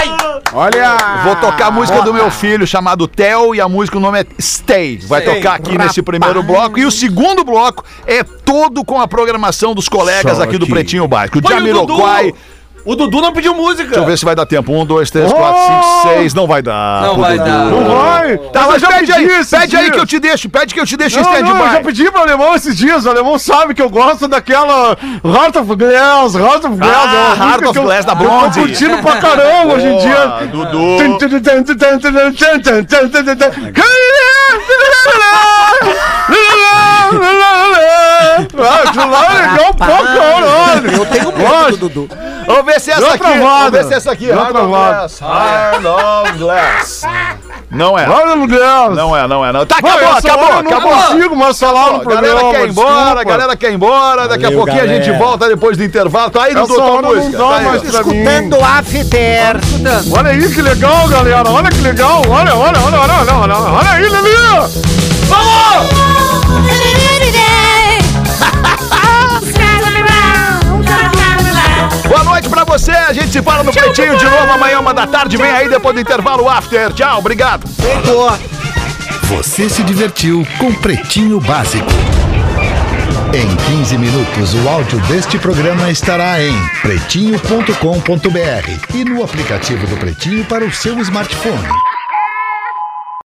[SPEAKER 7] Olha!
[SPEAKER 4] Vou tocar a música do meu filho chamado Theo e a música, o nome é Stay. Vai
[SPEAKER 6] Stay.
[SPEAKER 4] tocar aqui nesse primeiro bloco. E o segundo bloco é todo com a programação dos colegas
[SPEAKER 7] Só
[SPEAKER 4] aqui do
[SPEAKER 7] aqui.
[SPEAKER 4] Pretinho Básico.
[SPEAKER 8] Põe o
[SPEAKER 4] Jamiroquai,
[SPEAKER 11] O Dudu não pediu música.
[SPEAKER 2] Deixa eu ver se vai dar tempo. Um, dois, três, quatro,
[SPEAKER 7] Oh!
[SPEAKER 2] cinco, seis. Não vai dar.
[SPEAKER 12] Não
[SPEAKER 2] pro
[SPEAKER 12] vai
[SPEAKER 2] Dudu.
[SPEAKER 12] dar.
[SPEAKER 7] Não vai!
[SPEAKER 2] Tá, mas
[SPEAKER 7] eu
[SPEAKER 2] pede aí.
[SPEAKER 7] pedi esses
[SPEAKER 2] Pede aí
[SPEAKER 7] dias.
[SPEAKER 2] que eu te deixo. Pede que eu te deixo em
[SPEAKER 7] Não, não, eu já
[SPEAKER 2] stand-by.
[SPEAKER 7] pedi pro alemão esses dias. O alemão sabe que eu gosto daquela Heart of Glass, Heart of Glass.
[SPEAKER 2] Ah,
[SPEAKER 7] é uma música
[SPEAKER 2] Heart of
[SPEAKER 7] que eu-
[SPEAKER 2] Glass da
[SPEAKER 7] que eu tô
[SPEAKER 2] Blondie.
[SPEAKER 7] curtindo pra caramba hoje em
[SPEAKER 2] Boa,
[SPEAKER 7] dia.
[SPEAKER 2] Dudu.
[SPEAKER 7] Ah, aquilo lá é legal pra caralho.
[SPEAKER 4] Eu tenho medo do Dudu.
[SPEAKER 2] Vamos ver se é essa
[SPEAKER 7] Deu
[SPEAKER 2] aqui. Vamos
[SPEAKER 7] travada.
[SPEAKER 2] ver se é essa aqui.
[SPEAKER 7] Deu
[SPEAKER 2] Hard of
[SPEAKER 7] travada.
[SPEAKER 2] Glass. Hard of Glass. Não é.
[SPEAKER 7] Heart of Glass.
[SPEAKER 2] Não é, não é, não. Tá,
[SPEAKER 7] Mano,
[SPEAKER 2] acabou,
[SPEAKER 7] essa hora
[SPEAKER 2] acabou,
[SPEAKER 7] eu não
[SPEAKER 2] acabou.
[SPEAKER 7] consigo mais falar no
[SPEAKER 2] A galera
[SPEAKER 7] programa.
[SPEAKER 2] quer ir embora, a
[SPEAKER 7] desculpa.
[SPEAKER 2] galera quer ir embora. Daqui a
[SPEAKER 13] Valeu,
[SPEAKER 2] pouquinho a gente
[SPEAKER 13] galera.
[SPEAKER 2] volta depois do intervalo. Tá aí,
[SPEAKER 7] Essa
[SPEAKER 2] Dudu, tua
[SPEAKER 7] hora não
[SPEAKER 2] música.
[SPEAKER 7] dá
[SPEAKER 2] Tá aí,
[SPEAKER 7] mais
[SPEAKER 2] ó.
[SPEAKER 7] pra mim.
[SPEAKER 4] Escutando After.
[SPEAKER 12] Escutando.
[SPEAKER 7] Olha aí que legal, galera. Olha que legal. Olha, olha, olha, olha, olha, olha, olha aí, Lili.
[SPEAKER 2] Boa noite pra você. A gente se fala no Pretinho de novo amanhã, uma da tarde. Vem aí depois do intervalo after. Tchau, obrigado.
[SPEAKER 9] Você se divertiu com Pretinho Básico. Em 15 minutos, o áudio deste programa estará em pretinho.com.br e no aplicativo do Pretinho para o seu smartphone.